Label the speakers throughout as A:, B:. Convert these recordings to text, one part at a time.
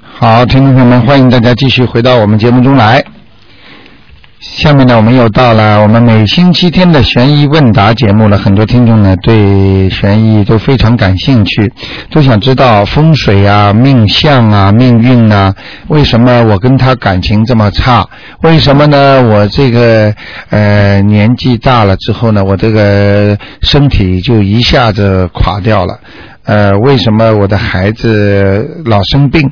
A: 好，听众朋友们，欢迎大家继续回到我们节目中来。下面呢，我们又到了我们每星期天的悬疑问答节目了。很多听众呢对悬疑都非常感兴趣，都想知道风水啊、命相啊、命运啊，为什么我跟他感情这么差？为什么呢？我这个呃年纪大了之后呢，我这个身体就一下子垮掉了。呃，为什么我的孩子老生病？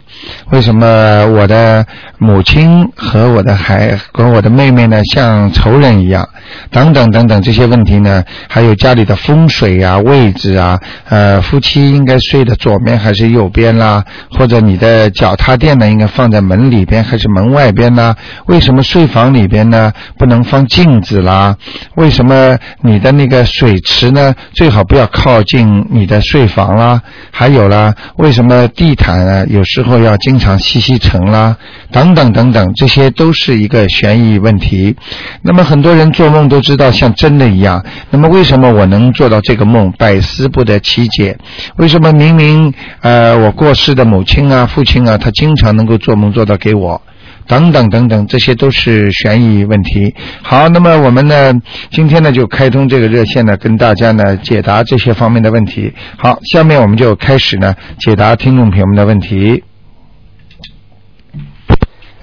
A: 为什么我的母亲和我的孩和我的妹妹呢，像仇人一样？等等等等这些问题呢，还有家里的风水啊、位置啊，呃，夫妻应该睡的左面还是右边啦？或者你的脚踏垫呢，应该放在门里边还是门外边呢？为什么睡房里边呢不能放镜子啦？为什么你的那个水池呢，最好不要靠近你的睡房啦？还有啦，为什么地毯啊，有时候要经常吸吸尘啦？等等等等，这些都是一个悬疑问题。那么很多人做梦都知道像真的一样，那么为什么我能做到这个梦，百思不得其解？为什么明明呃我过世的母亲啊、父亲啊，他经常能够做梦做到给我？等等等等，这些都是悬疑问题。好，那么我们呢，今天呢就开通这个热线呢，跟大家呢解答这些方面的问题。好，下面我们就开始呢解答听众朋友们的问题。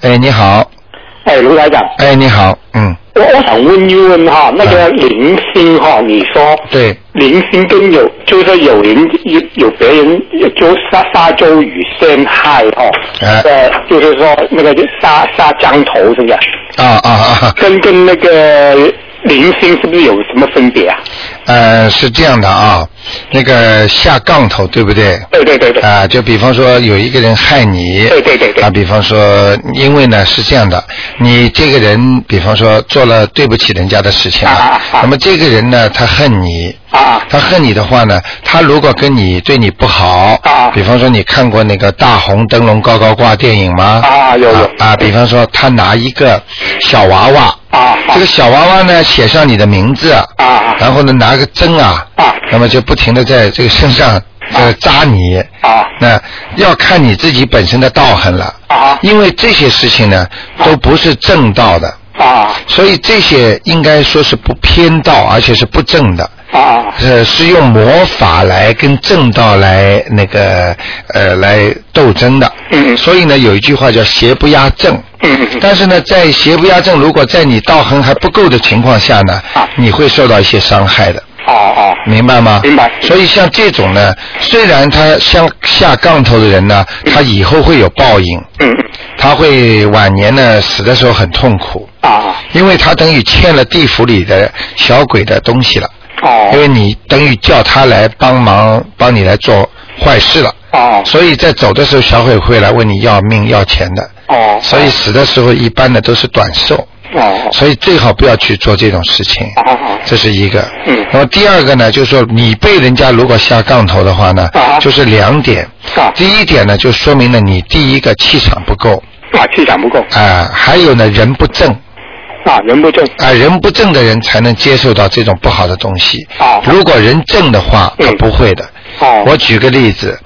A: 哎，你好，
B: 哎，卢台长，
A: 哎，你好，嗯，
B: 我我想问一问哈，那个灵性哈，你说
A: 对，
B: 灵性跟有就是有人有有别人就杀杀周瑜陷害哈，
A: 哎
B: 呃，就是说那个杀杀江头是不是？
A: 啊啊啊，
B: 跟跟那个灵性是不是有什么分别啊？
A: 呃，是这样的啊，那个下杠头对不对？
B: 对对对对，
A: 啊，就比方说有一个人害你，
B: 对对对对
A: 啊，比方说，因为呢是这样的，你这个人，比方说做了对不起人家的事情
B: 啊
A: 了
B: 啊，啊
A: 那么这个人呢，他恨你，
B: 啊
A: 他恨你的话呢，他如果跟你对你不好，
B: 啊
A: 比方说你看过那个大红灯笼高高挂电影吗？
B: 啊有有
A: 啊啊，比方说他拿一个小娃娃，
B: 啊啊
A: 这个小娃娃呢写上你的名字，
B: 啊啊
A: 然后呢拿个针啊，
B: 啊
A: 那么就不停的在这个身上呃扎你，
B: 啊
A: 那要看你自己本身的道行了，
B: 啊
A: 因为这些事情呢都不是正道的，
B: 啊
A: 所以这些应该说是不偏道，而且是不正的，
B: 啊
A: 呃，是用魔法来跟正道来那个呃来斗争的。
B: 嗯嗯
A: 所以呢，有一句话叫邪不压正。
B: 嗯嗯
A: 但是呢，在邪不压正，如果在你道行还不够的情况下呢
B: 啊，
A: 你会受到一些伤害的。
B: 啊啊
A: 明白吗？
B: 明白
A: 所以像这种呢，虽然他像下杠头的人呢，他以后会有报应，
B: 嗯
A: 他会晚年呢死的时候很痛苦，
B: 啊
A: 因为他等于欠了地府里的小鬼的东西了，因
B: 哦
A: 为你等于叫他来帮忙，帮你来做坏事了。
B: 哦
A: 所以在走的时候，小鬼会来问你要命要钱的，
B: 哦，
A: 所以死的时候一般呢都是短寿，
B: 哦
A: 所以最好不要去做这种事情。
B: 哦哦
A: 这是一个。
B: 嗯
A: 然后第二个呢，就是说你被人家如果下杠头的话呢，
B: 啊
A: 就是两点。
B: 啊
A: 第一点呢，就说明了你第一个气场不够
B: 啊气场不够
A: 啊、还有呢人不正
B: 啊人不正
A: 啊、人不正的人才能接受到这种不好的东西。
B: 啊
A: 如果人正的话，
B: 嗯
A: 他不会的。
B: 哦
A: 我举个例子，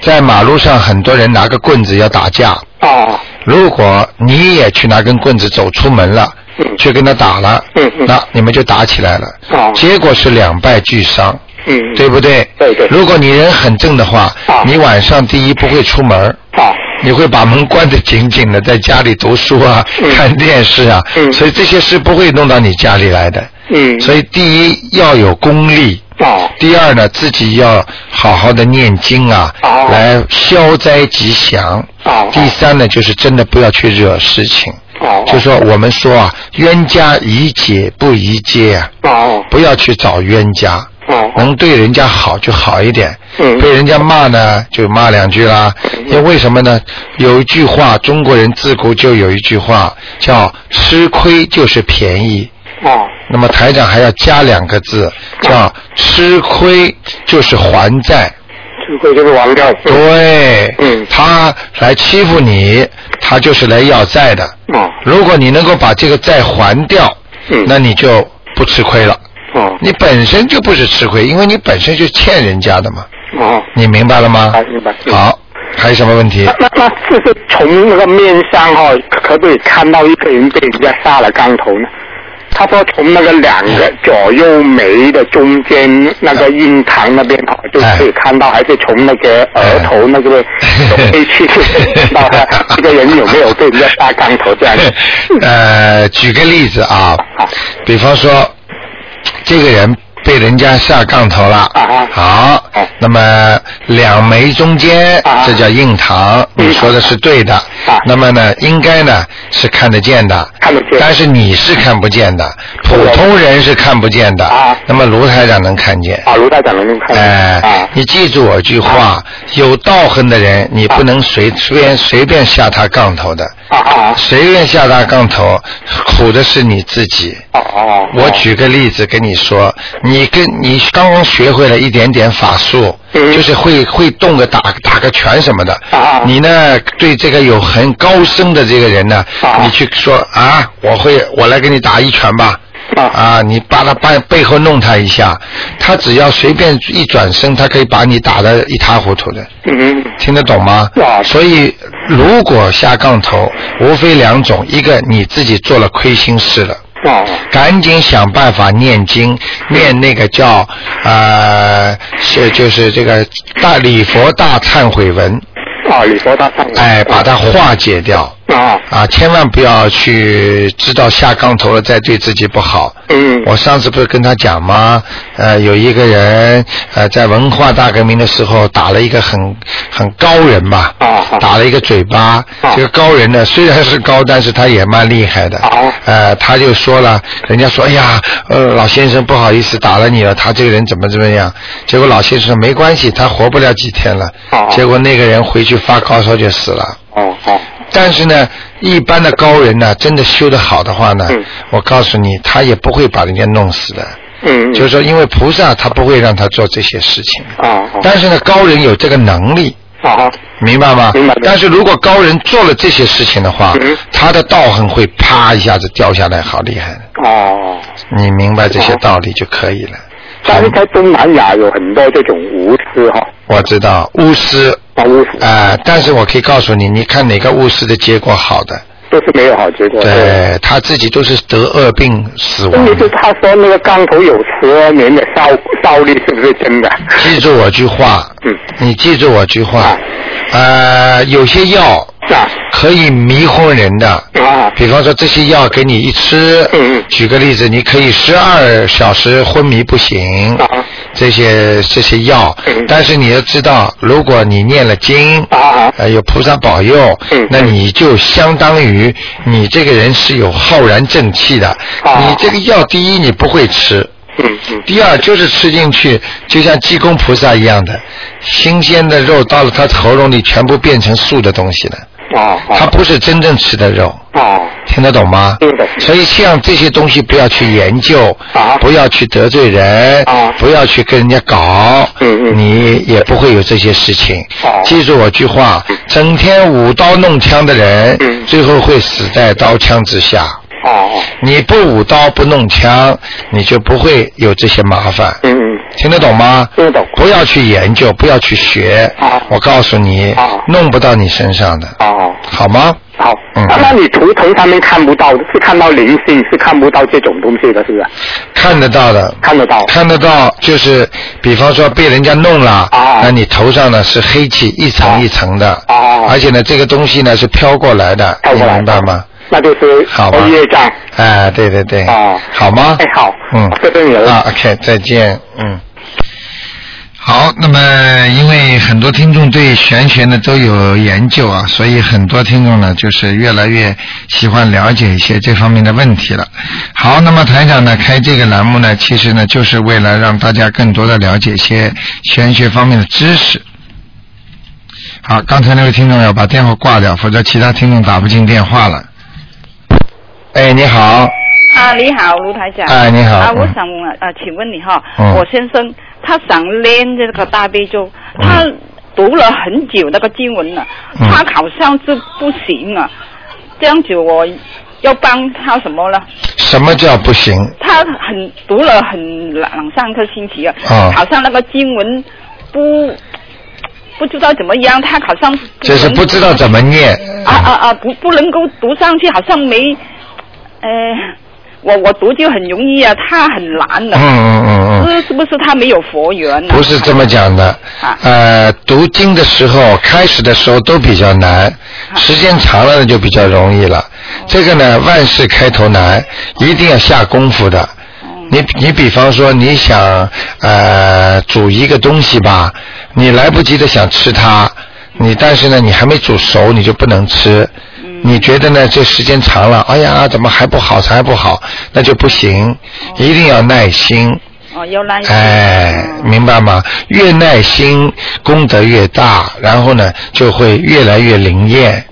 A: 在马路上很多人拿个棍子要打架，
B: 哦
A: 如果你也去拿根棍子走出门了，
B: 嗯
A: 去跟他打了，
B: 嗯嗯
A: 那你们就打起来了，
B: 哦
A: 结果是两败俱伤。
B: 嗯
A: 对不对？
B: 对对
A: 如果你人很正的话
B: 啊，
A: 你晚上第一不会出门，
B: 啊
A: 你会把门关得紧紧的，在家里读书啊
B: 嗯、
A: 看电视啊，
B: 嗯
A: 所以这些事不会弄到你家里来的。
B: 嗯
A: 所以第一要有功力，
B: 哦
A: 第二呢自己要好好的念经啊，
B: 哦
A: 来消灾吉祥。
B: 哦
A: 第三呢就是真的不要去惹事情，
B: 哦
A: 就说我们说啊，冤家宜解不宜结啊，
B: 哦
A: 不要去找冤家。
B: 哦
A: 能对人家好就好一点，
B: 嗯
A: 被人家骂呢就骂两句啦。因为为什么呢？有一句话，中国人自古就有一句话叫“吃亏就是便宜
B: 哦”，
A: 那么台长还要加两个字，叫“吃亏就是还债”。
B: 智慧就是王掉嗯
A: 对，
B: 嗯
A: 他来欺负你，他就是来要债的。
B: 哦
A: 如果你能够把这个债还掉，
B: 嗯
A: 那你就不吃亏了。
B: 哦
A: 你本身就不是吃亏，因为你本身就欠人家的嘛，
B: 哦
A: 你明白了吗
B: 明白？明白嗯
A: 好，还有什么问题
B: 那？那那是不是从那个面上哈、哦，可可不可以看到一个人被人家杀了钢头呢？他说从那个两个左右眉的中间那个印堂那边哈，就可以看到，还是从那个额头那个
A: 哎
B: 黑气看到他这个人有没有被人家杀钢头这样？
A: 呃，举个例子啊，
B: 啊
A: 比方说，这个人被人家下杠头了
B: 啊，
A: 好
B: 啊，
A: 那么两眉中间
B: 啊，
A: 这叫印堂，你说的是对的。那么呢，应该呢是看得见的，
B: 看得见
A: 但是你是看不见的，普通人是看不见的
B: 啊。
A: 那么卢台长能看见。
B: 啊，卢大长能看到
A: 哎
B: 啊，
A: 你记住我一句话：有道行的人，你不能随随便随便下他杠头的，
B: 啊啊
A: 随便下他杠头，苦的是你自己。
B: 啊啊！
A: 我举个例子跟你说，你跟你刚刚学会了一点点法术，
B: 嗯
A: 就是会会动个打打个拳什么的
B: 啊，
A: 你呢对这个有很高深的这个人呢
B: 啊，
A: 你去说啊，我会我来给你打一拳吧。
B: 啊
A: 啊，你把他背背后弄他一下，他只要随便一转身，他可以把你打得一塌糊涂的，
B: 嗯
A: 听得懂吗
B: 啊？
A: 所以如果下杠头，无非两种，一个你自己做了亏心事了。
B: 哦
A: 赶紧想办法念经，念那个叫呃，是就是这个大礼佛大忏悔文，
B: 啊，李佛大上
A: 哎，把它化解掉
B: 啊
A: 啊！千万不要去知道下杠头了再对自己不好。
B: 嗯
A: 我上次不是跟他讲吗？呃，有一个人呃在文化大革命的时候打了一个很很高人嘛，
B: 啊啊
A: 打了一个嘴巴。
B: 啊
A: 这个高人呢，虽然是高，但是他也蛮厉害的。
B: 啊
A: 呃，他就说了，人家说，哎呀，呃，老先生不好意思打了你了，他这个人怎么怎么样？结果老先生说没关系，他活不了几天了。
B: 啊
A: 结果那个人回去发高烧就死了。
B: 哦哦
A: 但是呢，一般的高人呢，真的修得好的话呢，
B: 嗯
A: 我告诉你，他也不会把人家弄死的。
B: 嗯
A: 就是说，因为菩萨他不会让他做这些事情。
B: 啊哦
A: 但是呢，高人有这个能力，
B: 啊
A: 明白吗？
B: 明白明白
A: 但是如果高人做了这些事情的话，
B: 嗯
A: 他的道行会啪一下子掉下来，好厉害！
B: 哦。
A: 你明白这些道理就可以了。
B: 但是在东南亚有很多这种哦巫师哈，
A: 我知道巫师
B: 啊巫师
A: 啊、呃但是我可以告诉你，你看哪个巫师的结果好的，
B: 都是没有好结果。对。
A: 对他自己都是得恶病死
B: 问
A: 亡
B: 题
A: 的
B: 是他说那个钢头有十二年的烧烧力是不是真的？
A: 记住我句话，
B: 嗯
A: 你记住我句话
B: 啊，
A: 呃，有些药
B: 是啊
A: 可以迷昏人的，
B: 啊
A: 比方说这些药给你一吃，
B: 嗯嗯
A: 举个例子，你可以十二小时昏迷不醒，
B: 啊
A: 这些这些药，
B: 嗯
A: 但是你要知道，如果你念了经，
B: 啊啊
A: 呃，有菩萨保佑，
B: 嗯
A: 那你就相当于你这个人是有浩然正气的，
B: 啊
A: 你这个药第一你不会吃。
B: 嗯嗯
A: 第二就是吃进去，就像济公菩萨一样的，新鲜的肉到了他喉咙里，全部变成素的东西了。
B: 哦
A: 它
B: 哦
A: 不是真正吃的肉，
B: 哦
A: 听得懂吗？
B: 听得懂
A: 所以像这些东西不要去研究，
B: 啊
A: 不要去得罪人，
B: 啊
A: 不要去跟人家搞，
B: 嗯嗯
A: 你也不会有这些事情。
B: 哦
A: 记住我句话，整天舞刀弄枪的人，
B: 嗯
A: 最后会死在刀枪之下。
B: 哦
A: 你不舞刀不弄枪，你就不会有这些麻烦。
B: 嗯嗯
A: 听得懂吗？
B: 听得懂
A: 不要去研究，不要去学。
B: 啊
A: 我告诉你，
B: 啊
A: 弄不到你身上的，
B: 哦
A: 好吗？
B: 好，
A: 嗯
B: 那那你图腾上面看不到，是看到灵性，是看不到这种东西的，是不是？
A: 看得到的，
B: 看得到
A: 看得到，就是比方说被人家弄了，
B: 啊
A: 那你头上呢是黑气一层一层的，
B: 啊
A: 而且呢这个东西呢是飘过来的，
B: 飘
A: 你
B: 过来的
A: 明白吗？
B: 那就是
A: 好吧
B: 业障。
A: 哎，对对对，
B: 啊
A: 好吗？
B: 哎好
A: 嗯，
B: 谢谢你了
A: 啊，OK，再见，嗯。好，那么因为很多听众对玄学呢都有研究啊，所以很多听众呢就是越来越喜欢了解一些这方面的问题了。好，那么台长呢开这个栏目呢，其实呢就是为了让大家更多的了解一些玄学方面的知识。好，刚才那位听众要把电话挂掉，否则其他听众打不进电话了。哎，你好，
C: 啊，你好，卢台长。
A: 哎你好
C: 啊，
A: 嗯
C: 我想问啊，呃请问你哈，
A: 嗯
C: 我先生他想练这个大悲咒，他读了很久那个经文了，
A: 嗯
C: 他好像就不行啊。这样子我要帮他什么呢？
A: 什么叫不行？
C: 他很读了很两两三个星期啊，
A: 啊
C: 好像那个经文不不知道怎么样，他好像
A: 就是不知道怎么念。
C: 啊啊啊，不不能够读上去，好像没，呃，我我读就很容易啊，他很难的、
A: 嗯嗯嗯嗯，
C: 是是不是他没有佛缘啊呢、
A: 不是这么讲的
C: 啊。
A: 呃，读经的时候，开始的时候都比较难，时间长了呢就比较容易了。这个呢，万事开头难，一定要下功夫的。你你比方说你想呃煮一个东西吧，你来不及的想吃它，你但是呢你还没煮熟你就不能吃，你觉得呢这时间长了，哎呀怎么还不好才不好，那就不行，一定要耐心，
C: 哦，要来
A: 哎，明白吗？越耐心功德越大，然后呢就会越来越灵验，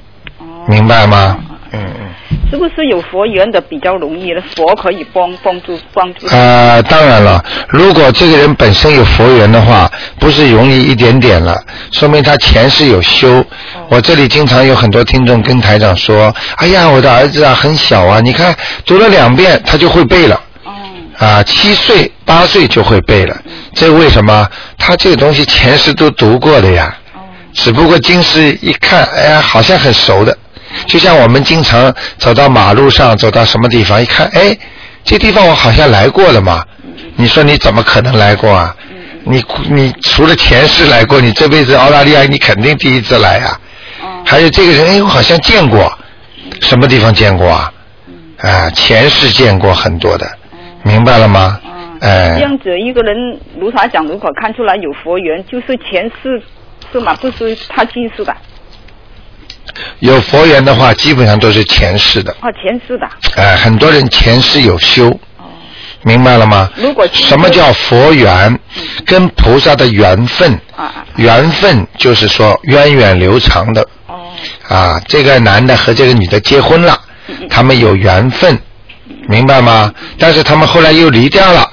A: 明白吗？嗯嗯。
C: 是不是有佛缘的比较容易呢？佛可以帮帮助帮助。
A: 呃，当然了，如果这个人本身有佛缘的话，不是容易一点点了，说明他前世有修。我这里经常有很多听众跟台长说：“哎呀，我的儿子啊，很小啊，你看读了两遍他就会背了。”啊，七岁八岁就会背了，这为什么？他这个东西前世都读过的呀。只不过经师一看，哎呀，好像很熟的。就像我们经常走到马路上，走到什么地方，一看，哎，这地方我好像来过了嘛。你说你怎么可能来过啊？你你除了前世来过，你这辈子澳大利亚你肯定第一次来啊。还有这个人，哎，我好像见过，什么地方见过啊？啊，前世见过很多的，明白了吗？
C: 这
A: 哎，
C: 样子一个人，如他讲，如果看出来有佛缘，就是前世是嘛，不是他今世的，
A: 有佛缘的话，基本上都是前世的。
C: 哦，前世的。
A: 哎，很多人前世有修，明白了吗？
C: 哦如果嗯
A: 什么叫佛缘？跟菩萨的缘分，
C: 啊
A: 缘分就是说源远流长的。
C: 哦
A: 啊，这个男的和这个女的结婚了，
C: 嗯
A: 他们有缘分，明白吗？但是他们后来又离掉了，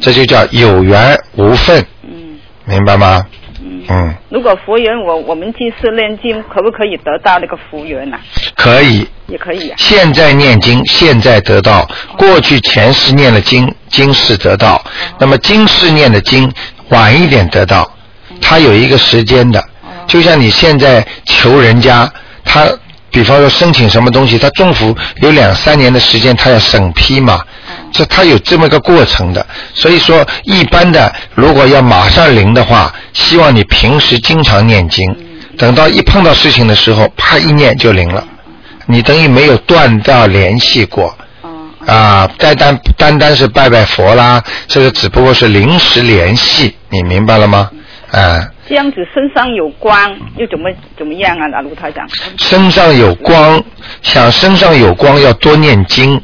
A: 这就叫有缘无分，明白吗？嗯，
C: 如果佛缘，我我们今世念经，可不可以得到那个佛缘啊呐、
A: 可以。
C: 也可以啊。
A: 现在念经，现在得到；过去前世念了经，今世得到。那么今世念的经，晚一点得到，它有一个时间的。就像你现在求人家，他比方说申请什么东西，他政府有两三年的时间，他要审批嘛，这他有这么个过程的。所以说，一般的如果要马上灵的话，希望你平时经常念经，等到一碰到事情的时候，啪一念就灵了。你等于没有断掉联系过。啊，单单单单是拜拜佛啦，这个只不过是临时联系，你明白了吗？啊，
C: 这样子身上有光，又怎么怎么样啊？那卢台长，
A: 身上有光，想身上有光要多念经，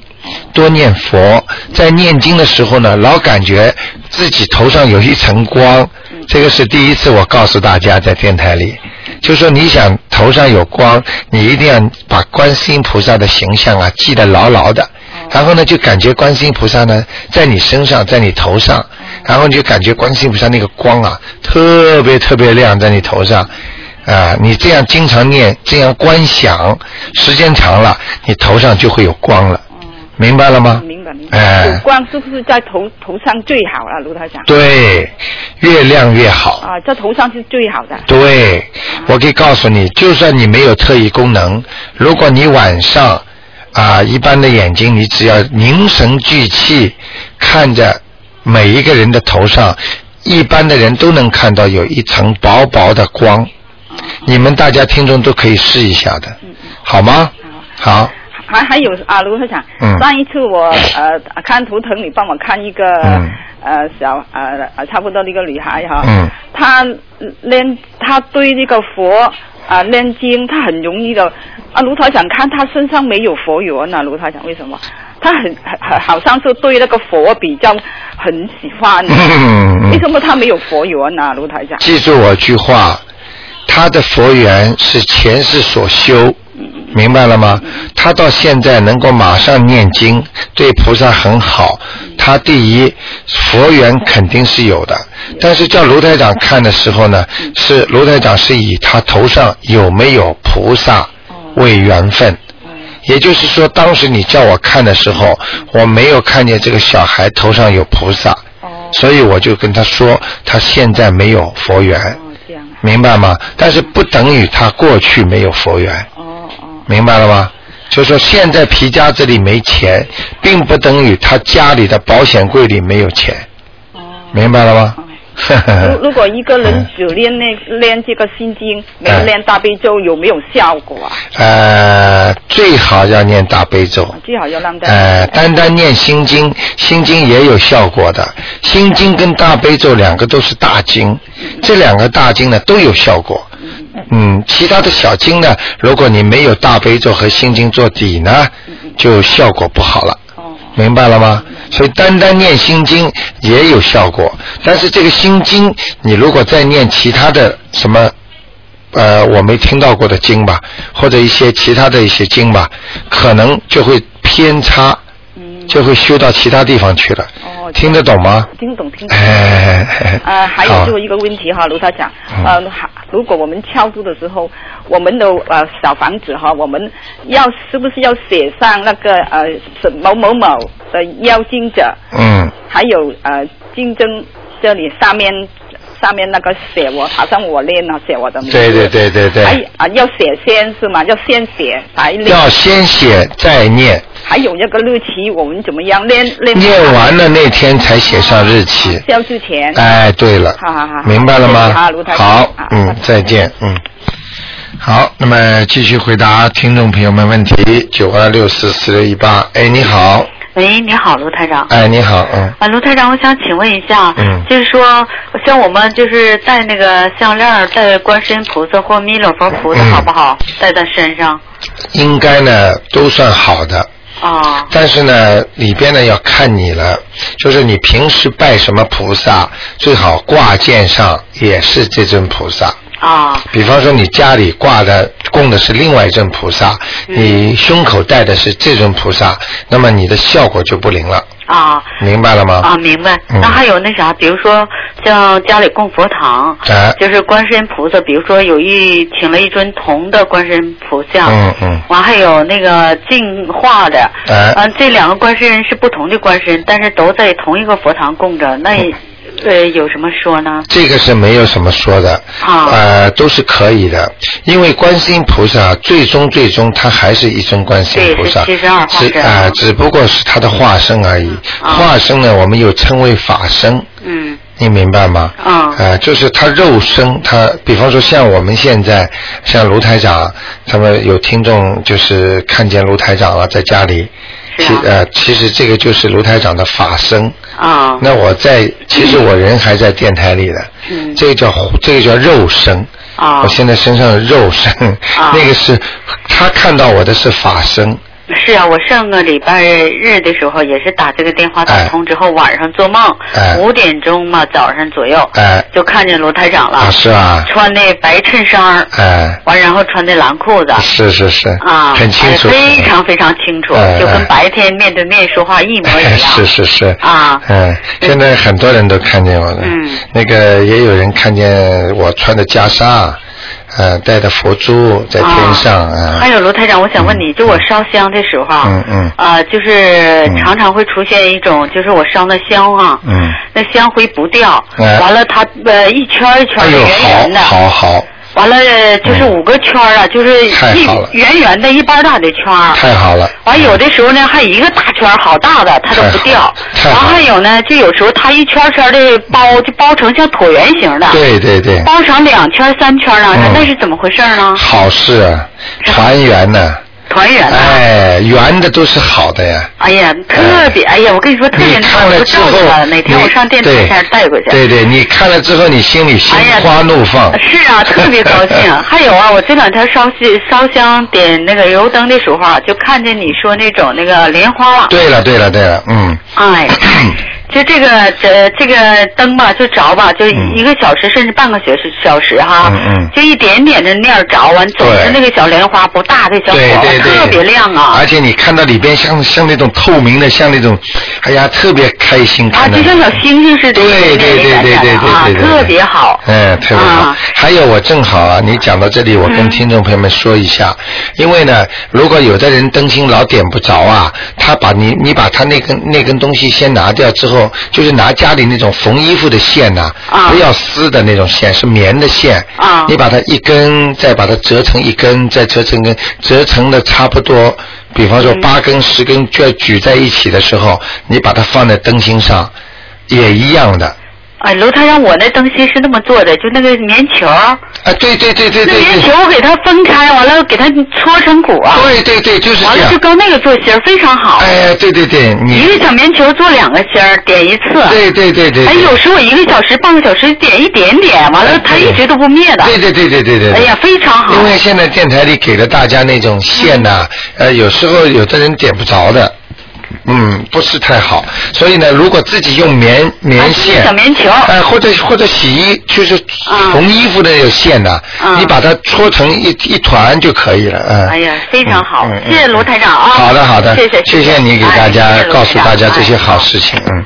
A: 多念佛。在念经的时候呢，老感觉自己头上有一层光，这个是第一次我告诉大家在电台里，就说你想头上有光，你一定要把观世音菩萨的形象啊记得牢牢的。然后呢，就感觉观世音菩萨呢在你身上，在你头上，然后你就感觉观世音菩萨那个光啊，特别特别亮在你头上。啊，你这样经常念，这样观想，时间长了，你头上就会有光了，明白了吗？
C: 明白明白。有
A: 哎，
C: 光是不是在头头上最好啊？卢台长。
A: 对，越亮越好。
C: 啊，在头上是最好的。
A: 对，我可以告诉你，就算你没有特异功能，如果你晚上啊一般的眼睛，你只要凝神聚气，看着每一个人的头上，一般的人都能看到有一层薄薄的光。
C: 哦
A: 你们大家听众都可以试一下的，好吗？
C: 嗯
A: 好，
C: 还还有啊，卢台长，
A: 嗯
C: 上一次我呃看图腾，你帮我看一个、
A: 嗯
C: 呃小呃呃差不多的一个女孩哈，
A: 嗯
C: 她练她对这个佛啊、念经，她很容易的啊。卢台长看她身上没有佛缘啊，卢台长为什么？她很很很好像是对那个佛比较很喜欢，啊
A: 嗯嗯
C: 为什么她没有佛缘啊，卢台长？
A: 记住我句话，他的佛缘是前世所修，明白了吗？他到现在能够马上念经，对菩萨很好。他第一佛缘肯定是有的，但是叫卢台长看的时候呢，是卢台长是以他头上有没有菩萨为缘分。也就是说，当时你叫我看的时候，我没有看见这个小孩头
C: 哦
A: 上有菩萨，所以我就跟他说，他现在没有佛缘。
C: 这样啊，
A: 明白吗？但是不等于他过去没有佛缘，
C: 哦哦
A: 明白了吗？就说现在皮夹子里没钱，并不等于他家里的保险柜里没有钱，
C: 哦。
A: 明白了吗？
C: 如如果一个人
A: 嗯
C: 只练那练这个心经，没
A: 嗯
C: 练大悲咒，有没有效果啊？
A: 呃，最好要念大悲咒。
C: 最好要让大
A: 呃，
C: 家
A: 单单念心经，心经也有效果的。心经跟大悲咒两个都是大经，这两个大经呢都有效果。嗯，其他的小经呢，如果你没有大悲咒和心经做底呢，就效果不好了。
C: 哦
A: 明白了吗？所以单单念心经也有效果，但是这个心经，你如果再念其他的什么，呃，我没听到过的经吧，或者一些其他的一些经吧，可能就会偏差，
C: 嗯
A: 就会修到其他地方去了。
C: 哦，
A: 听得懂吗？
C: 听懂听懂。
A: 哎，
C: 呃，还有
A: 好
C: 最后一个问题哈，卢台长，
A: 嗯
C: 呃，还如果我们敲住的时候，我们的呃小房子哈，我们要是不是要写上那个呃什某某某的邀请者，
A: 嗯，
C: 还有呃竞争这里上面上面那个写我，好像我练了写我的名字，
A: 对对对对
C: 还
A: 对，
C: 啊、要写先是吗？要先写才练，
A: 要先写再念，
C: 还有那个日期我们怎么样练练？
A: 念完了那天才写上日期。
C: 交之前。
A: 哎，对了，
C: 好好好
A: 明白了吗？
C: 好卢台长啊
A: 好
C: 好
A: 嗯
C: 拜拜，
A: 再见，嗯。好，那么继续回答听众朋友们问题。九二六四四六一八，哎，你好，
D: 喂，你好，卢台长。
A: 哎，你好，嗯，
D: 啊，卢台长，我想请问一下，
A: 嗯
D: 就是说，像我们就是戴那个项链儿，戴观世音菩萨或弥勒佛菩萨，
A: 嗯
D: 好不好？戴在身上。
A: 应该呢都算好的，
D: 啊，
A: 但是呢里边呢要看你了，就是你平时拜什么菩萨，最好挂件上也是这尊菩萨。
D: 啊，
A: 比方说你家里挂的供的是另外一尊菩萨，你胸口戴的是这尊菩萨，那么你的效果就不灵了，
D: 啊，
A: 明白了吗？
D: 啊，明白。
A: 嗯
D: 那还有那啥，比如说像家里供佛堂，
A: 哎，
D: 就是观世音菩萨，比如说有一请了一尊铜的观世音菩萨，
A: 嗯嗯，
D: 完还有那个净化的，
A: 哎
D: 啊，这两个观世音是不同的观世音，但是都在同一个佛堂供着，那
A: 嗯
D: 也、呃有什么说呢？
A: 这个是没有什么说的，
D: 啊
A: 呃，都是可以的，因为观世音菩萨最终最终他还是一尊观世音菩萨，
D: 对是72化
A: 只
D: 身
A: 啊、只不过是他的化身而已，
D: 啊
A: 化身呢我们又称为法身，
D: 嗯，
A: 你明白吗？
D: 啊、
A: 呃，就是他肉身，他比方说像我们现在，像卢台长，他们有听众就是看见卢台长了，在家里，
D: 是
A: 其
D: 啊
A: 呃，其实这个就是卢台长的法身。
D: 啊、
A: 那我在，其实我人还在电台里的，
D: 嗯
A: 这个叫这个叫肉身。
D: 啊
A: 我现在身上有肉身，
D: 啊
A: 那个是他看到我的是法身，
D: 是啊，我上个礼拜日的时候也是打这个电话打通之后，晚上做梦
A: 哎，
D: 五、点钟嘛，早上左右、
A: 哎、
D: 就看见罗台长了，
A: 啊是吧？
D: 穿的白衬衫儿，
A: 哎、
D: 完然后穿的蓝裤子。
A: 是是是，
D: 啊，
A: 很清楚，
D: 哎非常非常清楚，
A: 哎
D: 就
A: 哎
D: 跟白天面对面说话一模一样。
A: 是是是。
D: 啊
A: 嗯，现在很多人都看见我了。
D: 嗯
A: 那个也有人看见我穿的袈裟，呃，戴的佛珠在天上啊。
D: 还有罗哎台长，我想问你，就我烧香的时候啊，
A: 嗯嗯
D: 啊，就是
A: 嗯
D: 常常会出现一种，就是我烧那香啊，
A: 嗯
D: 那香灰不掉，
A: 哎
D: 完了它呃一圈儿一圈
A: 哎
D: 儿的
A: 呦，
D: 圆圆的，
A: 好好好，
D: 完了呃就是
A: 嗯
D: 五个圈儿啊，就是
A: 太
D: 一
A: 好了
D: 圆圆的一半大的圈儿。啊
A: 太好了。
D: 完有的时候呢，还一个大圈儿好大的，它都不掉。
A: 太
D: 完
A: 好了太好了
D: 还有呢，就有时候它一圈儿圈儿的包，就包成像椭圆形的，
A: 对对对，
D: 包成两圈儿三圈儿了，
A: 嗯
D: 那是怎么回事儿呢？
A: 好事，啊，
D: 是吧
A: 团圆呢、
D: 团圆了。
A: 哎，圆的都是好的呀。
D: 哎呀，特别，哎呀，我跟你说特别
A: 你
D: 难，
A: 看
D: 我
A: 了
D: 就
A: 之
D: 照
A: 后
D: 着了。，哪天我
A: 你
D: 上电台前带过去。
A: 对对对，你看了之后，你心里心
D: 哎呀
A: 花怒放。
D: 是啊，特别高兴。 还有啊，我这两天烧香烧香点那个油灯的时候啊，就看见你说那种那个莲花了。
A: 对了对了对了，嗯。
D: 哎， 就这个这这个灯吧，就着吧，就一个小时、甚至半个小时小时哈，
A: 嗯嗯
D: 就一点点的那样着啊，你总是那个小莲花不大的小火
A: 对
D: 花，
A: 对对，
D: 特别亮啊
A: 而。且你看到里边像像那种透明的，像那种，哎呀，特别开心
D: 啊，
A: 看到。
D: 就像小星星似的，
A: 对对对对对对
D: 啊
A: 对，对，
D: 特别好。
A: 嗯，特别好
D: 啊。嗯
A: 还有我正好啊，你讲到这里，我跟听众朋友们说一下，因为呢，如果有的人灯芯老点不着啊，他把你你把他那根那根东西先拿掉之后，候，就是拿家里那种缝衣服的线呐、
D: 啊
A: 不要丝的那种线，是棉的线，
D: 啊
A: 你把它一根，再把它折成一根，再折成根，折成的差不多，比方
D: 嗯
A: 说八根、十根卷举在一起的时候，你把它放在灯芯上，也一样的。
D: 哎，卢台长，我那灯芯是那么做的，就那个棉球儿，
A: 啊，对对对对
D: 那
A: 对
D: 棉
A: 对
D: 球，我给它分开，完了给它搓成鼓啊，
A: 对对对，就是
D: 完
A: 这
D: 了就
A: 样。
D: 跟那个做芯儿非常好，
A: 哎，对对对，
D: 一
A: 你
D: 个小棉球做两个芯儿，点一次。
A: 对对对对。
D: 哎，
A: 对
D: 有时候我一个小时、半个小时点一点点，完了它一直都不灭的。
A: 对对对对对对。对
D: 哎呀，非常好。
A: 因为现在电台里给了大家那种线呐、
D: 嗯
A: 呃，有时候有的人点不着的，嗯，不是太好。所以呢，如果自己用棉棉线，
D: 啊小棉球
A: 呃，或者或者洗衣就是
D: 啊
A: 缝衣服的有线呐、
D: 啊
A: 你把它搓成一一团就可以了，嗯。
D: 哎呀，非常好
A: 嗯嗯，嗯
D: 谢谢卢台长啊！
A: 好的，好的，
D: 谢谢，
A: 谢你给
D: 哎
A: 大家、
D: 谢谢卢
A: 告
D: 台
A: 诉
D: 长
A: 大家这些
D: 哎
A: 好事情，嗯。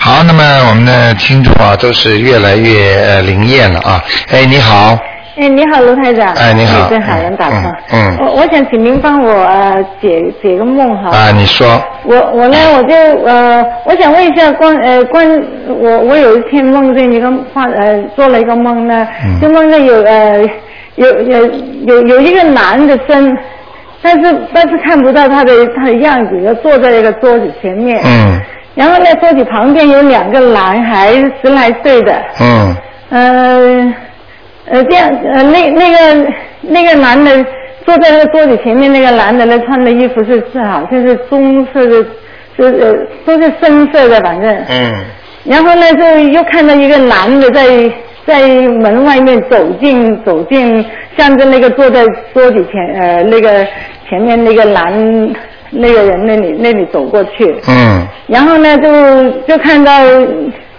A: 好，那么我们的听众啊，都是越来越呃灵验了啊。哎，你好，
E: 哎，你好，卢台长。
A: 哎你好
E: 你真好，人打通。
A: 嗯嗯嗯
E: 我我想请您帮我呃解解个梦哈。
A: 啊，你说，
E: 我我呢我就呃我想问一下关呃关我我有一天梦见一个画呃做了一个梦呢，
A: 嗯
E: 就梦见有呃有有有有一个男的身，但是但是看不到他的他的样子，就坐在一个桌子前面。
A: 嗯
E: 然后呢，桌子旁边有两个男孩，十来岁的。
A: 嗯。
E: 呃，呃，这样，呃，那那个那个男的坐在那个桌子前面，那个男的呢，穿的衣服是是好像是棕色的，是呃都是深色的，反正。
A: 嗯
E: 然后呢，就又看到一个男的在在门外面走进走进，向着那个坐在桌子前呃那个前面那个男那个人那里那里走过去。
D: 哎
A: 嗯
E: 然后呢，就就看到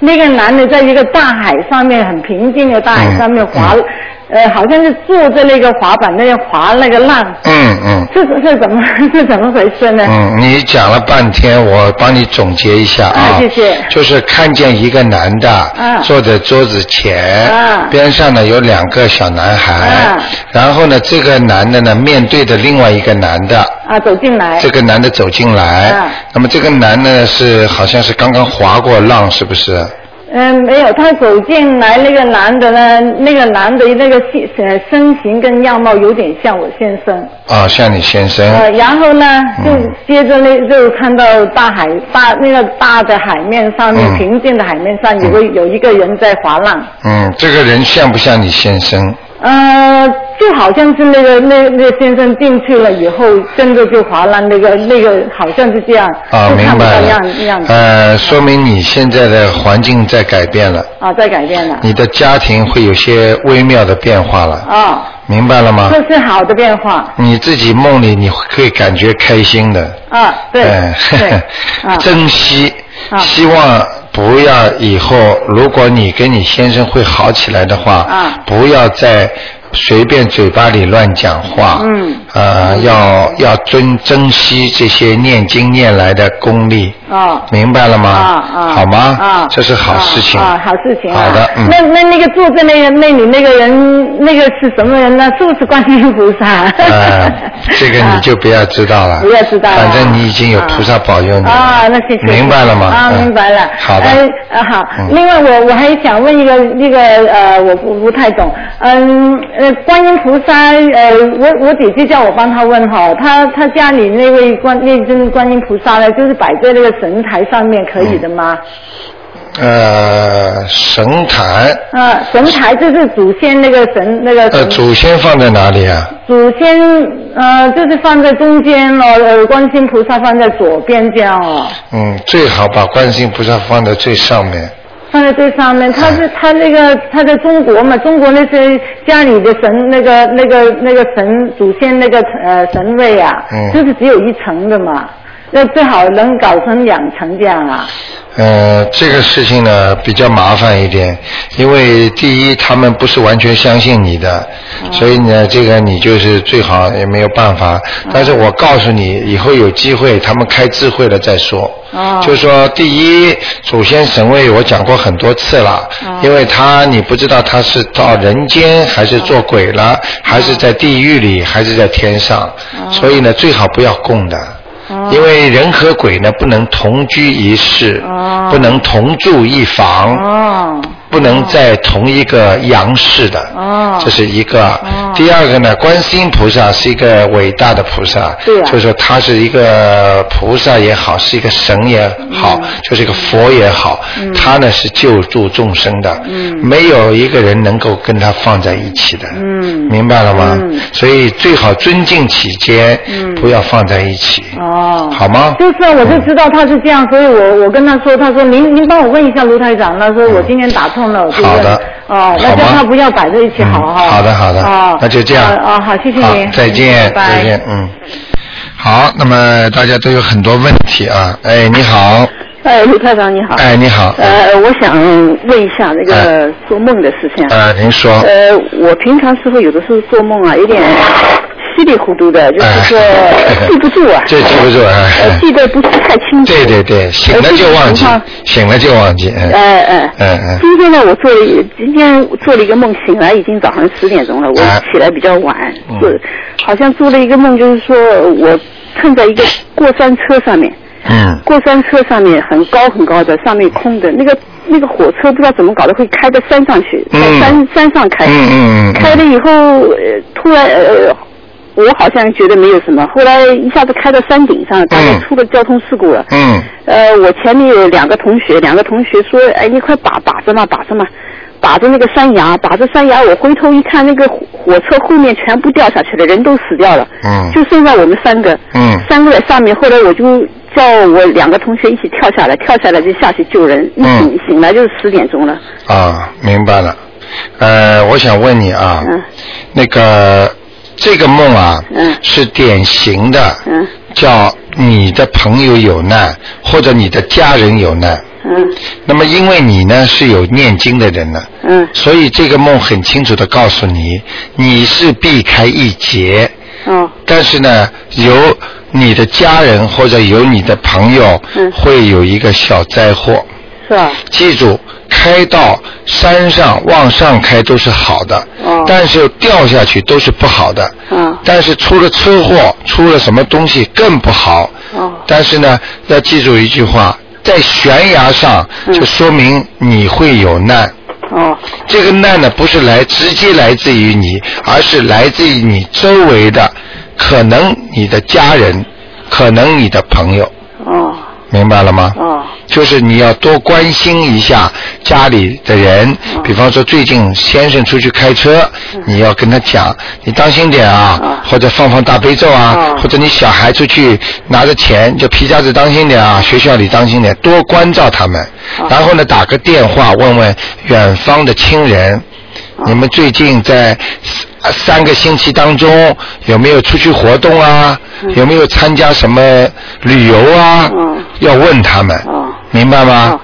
E: 那个男的在一个大海上面，很平静的大海上面滑，
A: 嗯
E: 呃，好像是坐在那个滑板那样滑那个浪，
A: 嗯嗯
E: 这是是怎么 是怎么回事呢？
A: 嗯，你讲了半天，我帮你总结一下啊。
E: 啊谢谢
A: 就是看见一个男的、
E: 啊
A: 坐在桌子前，
E: 啊
A: 边上呢有两个小男孩，
E: 啊
A: 然后呢这个男的呢面对着另外一个男的，
E: 啊，走进来，
A: 这个男的走进来，
E: 啊
A: 那么这个男呢是好像是刚刚划过浪，是不是？
E: 嗯，没有，他走进来那个男的呢，那个男的那个性呃身形跟样貌有点像我先生，
A: 啊，像你先生。
E: 呃，然后呢，就
A: 嗯
E: 接着那就看到大海大那个大的海面上面、
A: 嗯
E: 平静的海面上有个有一个人在滑浪。
A: 嗯，这个人像不像你先生？
E: 呃，就好像是那个那那个先生进去了以后，跟着就滑浪，那个那个好像是这样，
A: 啊，
E: 就
A: 明
E: 看不
A: 白了
E: 到样样。子、
A: 呃，说明你现在的环境在改变了，
E: 啊，在改变了。
A: 你的家庭会有些微妙的变化了，
E: 啊，
A: 明白了吗？
E: 这是好的变化。
A: 你自己梦里你会感觉开心的，
E: 啊，对、
A: 哎，
E: 对 啊
A: 珍惜，
E: 啊
A: 希望不要以后，如果你跟你先生会好起来的话，
E: 啊
A: 不要再随便嘴巴里乱讲话，
E: 嗯，
A: 呃，要要珍珍惜这些念经念来的功力，
E: 啊。
A: 明白了吗？
E: 啊啊，
A: 好吗？
E: 啊，
A: 这是好事情。
E: 啊，啊好事情啊。
A: 好的，嗯。
E: 那那那个坐在那个那里那个人，那个是什么人呢？是不是观音菩萨？
A: 呃，这个你就不要知道了。
E: 不要知道了
A: 反正你已经有菩萨保佑你了。
E: 啊，那谢谢。
A: 嗯明白了吗？
E: 啊，
A: 嗯
E: 明白了。
A: 好的。
E: 嗯，啊好
A: 嗯。
E: 另外我我还想问一个那个呃，我不不太懂。嗯呃，观音菩萨呃，我我姐姐叫我帮她问哈，她她家里那位观那尊观音菩萨呢，就是摆在那个神台上面，可以的吗？
A: 嗯呃，神坛，
E: 呃，神台就是祖先那个神那个
A: 呃，
E: 神
A: 祖先放在哪里啊？
E: 祖先呃，就是放在中间哦，呃，观世音菩萨放在左边这样哦，
A: 嗯，最好把观世音菩萨放在最上面。
E: 放在最上面。他 是他那个他在中国嘛，中国那些家里的神那个那个那个神祖先那个呃神位啊，
A: 嗯
E: 就是只有一层的嘛，那最好能搞成两层这样啊。
A: 呃，这个事情呢比较麻烦一点，因为第一他们不是完全相信你的，所以呢，这个你就是最好也没有办法。但是我告诉你，以后有机会他们开智慧了再说。
E: 哦
A: 就是说，第一，祖先神位我讲过很多次了，因为他你不知道他是到人间还是做鬼了，还是在地狱里，还是在天上，所以呢，最好不要供的。
E: 哦
A: 因为人和鬼呢不能同居一室，
E: 哦
A: 不能同住一房，
E: 哦
A: 不能在同一个阳世的，
E: 哦
A: 这是一个。
E: 哦
A: 第二个呢，观世音菩萨是一个伟大的菩萨，
E: 对啊
A: 就是说他是一个菩萨也好，是一个神也好，
E: 嗯
A: 就是一个佛也好，他呢是救助众生的，没有一个人能够跟他放在一起的，
E: 嗯
A: 明白了吗？
E: 嗯
A: 所以最好尊敬其间，不要放在一起，
E: 哦。
A: 好吗？
E: 就是啊，我就知道他是这样，所以我我跟他说，他说您您帮我问一下卢台长，他说我今天打通了，我就问
A: 嗯好的
E: 哦，
A: 好
E: 那
A: 吗
E: 叫他不要摆在一起，
A: 嗯
E: 好好。
A: 好的，好的，
E: 哦，
A: 那就这样。
E: 哦，哦好，谢谢
A: 好
E: 您，
A: 再
E: 嗯
A: 见，
E: 拜拜
A: 再见，嗯。好，那么大家都有很多问题啊。哎，你好，
F: 哎，陆台长你好。
A: 哎，你好，
F: 呃，我想问一下那个做梦的事情啊。
A: 呃，您说，
F: 呃，我平常时候有的时候做梦啊，有点稀里糊涂的，就是说
A: 哎，
F: 记不住啊
A: 这记不住啊
F: 呃，记得不是太清楚。
A: 对对对，醒了就忘记
F: 呃，
A: 醒了就忘记，嗯，
F: 哎哎，
A: 嗯嗯
F: 今天呢，我做了一今天做了一个梦，醒来已经早上十点钟了，我
A: 哎
F: 起来比较晚，
A: 嗯
F: 是好像做了一个梦，就是说我蹭在一个过山车上面，
A: 嗯，
F: 过山车上面很高很高的，上面空的，那个那个火车不知道怎么搞的，会开到山上去，
A: 嗯
F: 在山山上开，
A: 嗯嗯嗯嗯
F: 开了以后，呃、突然呃，我好像觉得没有什么，后来一下子开到山顶上，大概
A: 嗯
F: 出了交通事故了。
A: 嗯，
F: 呃，我前面有两个同学，两个同学说，哎，你快把把着嘛，把着嘛，把着那个山崖，把着山崖。我回头一看，那个火火车后面全部掉下去了，人都死掉了，
A: 嗯
F: 就剩下我们三个，
A: 嗯
F: 三个在上面。后来我就叫我两个同学一起跳下来，跳下来就下去救人。一
A: 嗯
F: 醒、醒来就是十点钟了，
A: 啊，明白了。呃，我想问你啊，
F: 嗯
A: 那个这个梦啊，
F: 嗯
A: 是典型的，
F: 嗯
A: 叫你的朋友有难，或者你的家人有难。
F: 嗯
A: 那么因为你呢是有念经的人呢，
F: 嗯
A: 所以这个梦很清楚的告诉你，你是避开一劫，
F: 哦
A: 但是呢，有你的家人或者有你的朋友
F: 嗯
A: 会有一个小灾祸。
F: 是吧？
A: 记住，开到山上往上开都是好的，
F: 哦
A: 但是掉下去都是不好的。
F: 嗯
A: 但是出了车祸，出了什么东西更不好。
F: 哦
A: 但是呢，要记住一句话，在悬崖上
F: 嗯
A: 就说明你会有难。
F: 哦
A: 这个难呢，不是来直接来自于你，而是来自于你周围的，可能你的家人，可能你的朋友，
F: 哦
A: 明白了吗？
F: 哦
A: 就是你要多关心一下家里的人，
F: 哦
A: 比方说最近先生出去开车，
F: 嗯
A: 你要跟他讲，你当心点啊，或者放放大悲咒啊，
F: 哦
A: 或者你小孩出去拿着钱，就皮夹子当心点
F: 哦
A: 啊，学校里当心点，多关照他们。然后呢，打个电话问问远方的亲人，你们最近在三三个星期当中有没有出去活动啊？有没有参加什么旅游啊？
F: 嗯
A: 要问他们，
F: 哦。
A: 明白吗
F: 哦？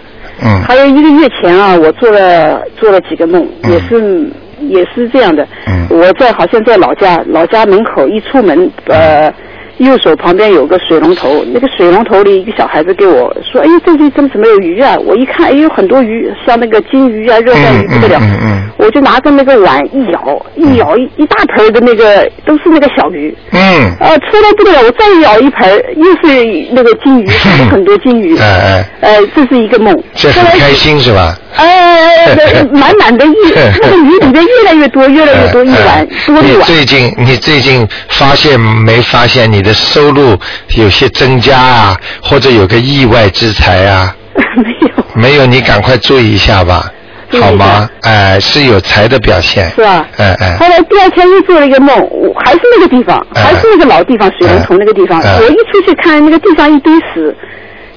A: 嗯
F: 还有一个月前啊，我做了做了几个梦，
A: 嗯
F: 也是也是这样的。
A: 嗯
F: 我在好像在老家，老家门口一出门，呃，右手旁边有个水龙头，那个水龙头里一个小孩子给我说：“哎，这里怎么怎么有鱼啊？”我一看，哎，有很多鱼，像那个金鱼啊、热带
A: 嗯
F: 鱼不得了。
A: 嗯嗯嗯
F: 我就拿着那个碗一舀，一舀一一大盆儿的那个都是那个小鱼。
A: 嗯，
F: 呃，出来不得了，我再舀一盆儿，又是那个金鱼，很多金鱼。
A: 哎哎，
F: 呃，这是一个梦。
A: 这很
F: 后来
A: 开心是嗯吧？
F: 呃，满满的一那个鱼里面越来越多，越来越多一碗
A: 嗯
F: 多
A: 嗯
F: 一
A: 你
F: 碗。
A: 最近你最近发现没发现你的收入有些增加啊，或者有个意外之财啊？
F: 没有，
A: 没有，你赶快注意一下吧，
F: 注意一下
A: 好吗？哎，是有财的表现。
F: 是啊吧？
A: 哎哎
F: 后。来第二天又做了一个梦，我还是那个地方，
A: 哎
F: 还是那个老地方，水龙头那个地方。
A: 哎
F: 我一出去看，那个地上一堆屎。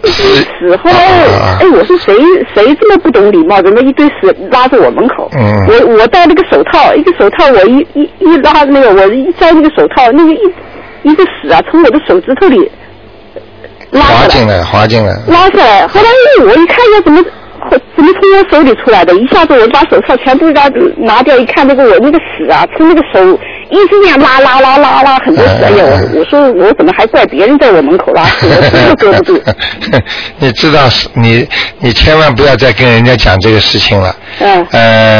F: 一堆
A: 屎
F: 屎，后来
A: 啊啊啊，
F: 哎，我说谁谁这么不懂礼貌，怎么一堆屎拉着我门口？
A: 嗯
F: 我我戴了个手套，一个手套我一一一拉那个，我一摘那个手套，那个一一个屎啊，从我的手指头里拉下
A: 滑
F: 来。
A: 进来，滑进来。
F: 拉下来，后来我一看一下怎么怎么从我手里出来的，一下子我就把手套全部拿拿掉，一看那个我那个屎啊，从那个手一直那样拉拉拉拉拉很多屎，哎呀，
A: 嗯
F: 我我说我怎么还怪别人在我门口拉屎，我 根本搁不住。
A: 你知道是，你你千万不要再跟人家讲这个事情了。
F: 嗯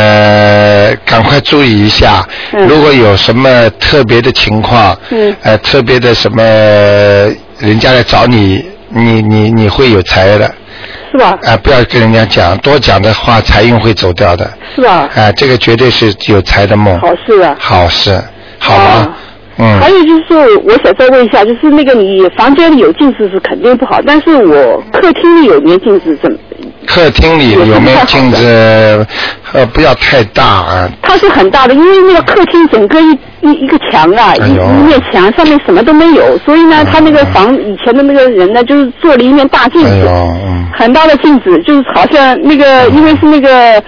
A: 呃，赶快注意一下，
F: 嗯
A: 如果有什么特别的情况，
F: 嗯
A: 呃，特别的什么人家来找你，你你你会有财的。
F: 是吧？
A: 啊，不要跟人家讲，多讲的话财运会走掉的。
F: 是吧？
A: 啊，这个绝对是有财的梦。
F: 好事啊。
A: 好事，好吗
F: 啊？
A: 嗯。
F: 还有就是说，我想再问一下，就是那个你房间里有镜子是肯定不好，但是我客厅里有面镜子，怎么？
A: 客厅里有没有镜 子？呃，不要太大啊。
F: 它是很大的，因为那个客厅整个一一一个墙啊，
A: 哎
F: 一
A: 呦哎
F: 一面墙上面什么都没有，所以呢，他那个房以前的那个人呢，就是做了一面大镜
A: 哎呦，
F: 子，
A: 嗯，
F: 很大的镜子，就是好像那个因为是那个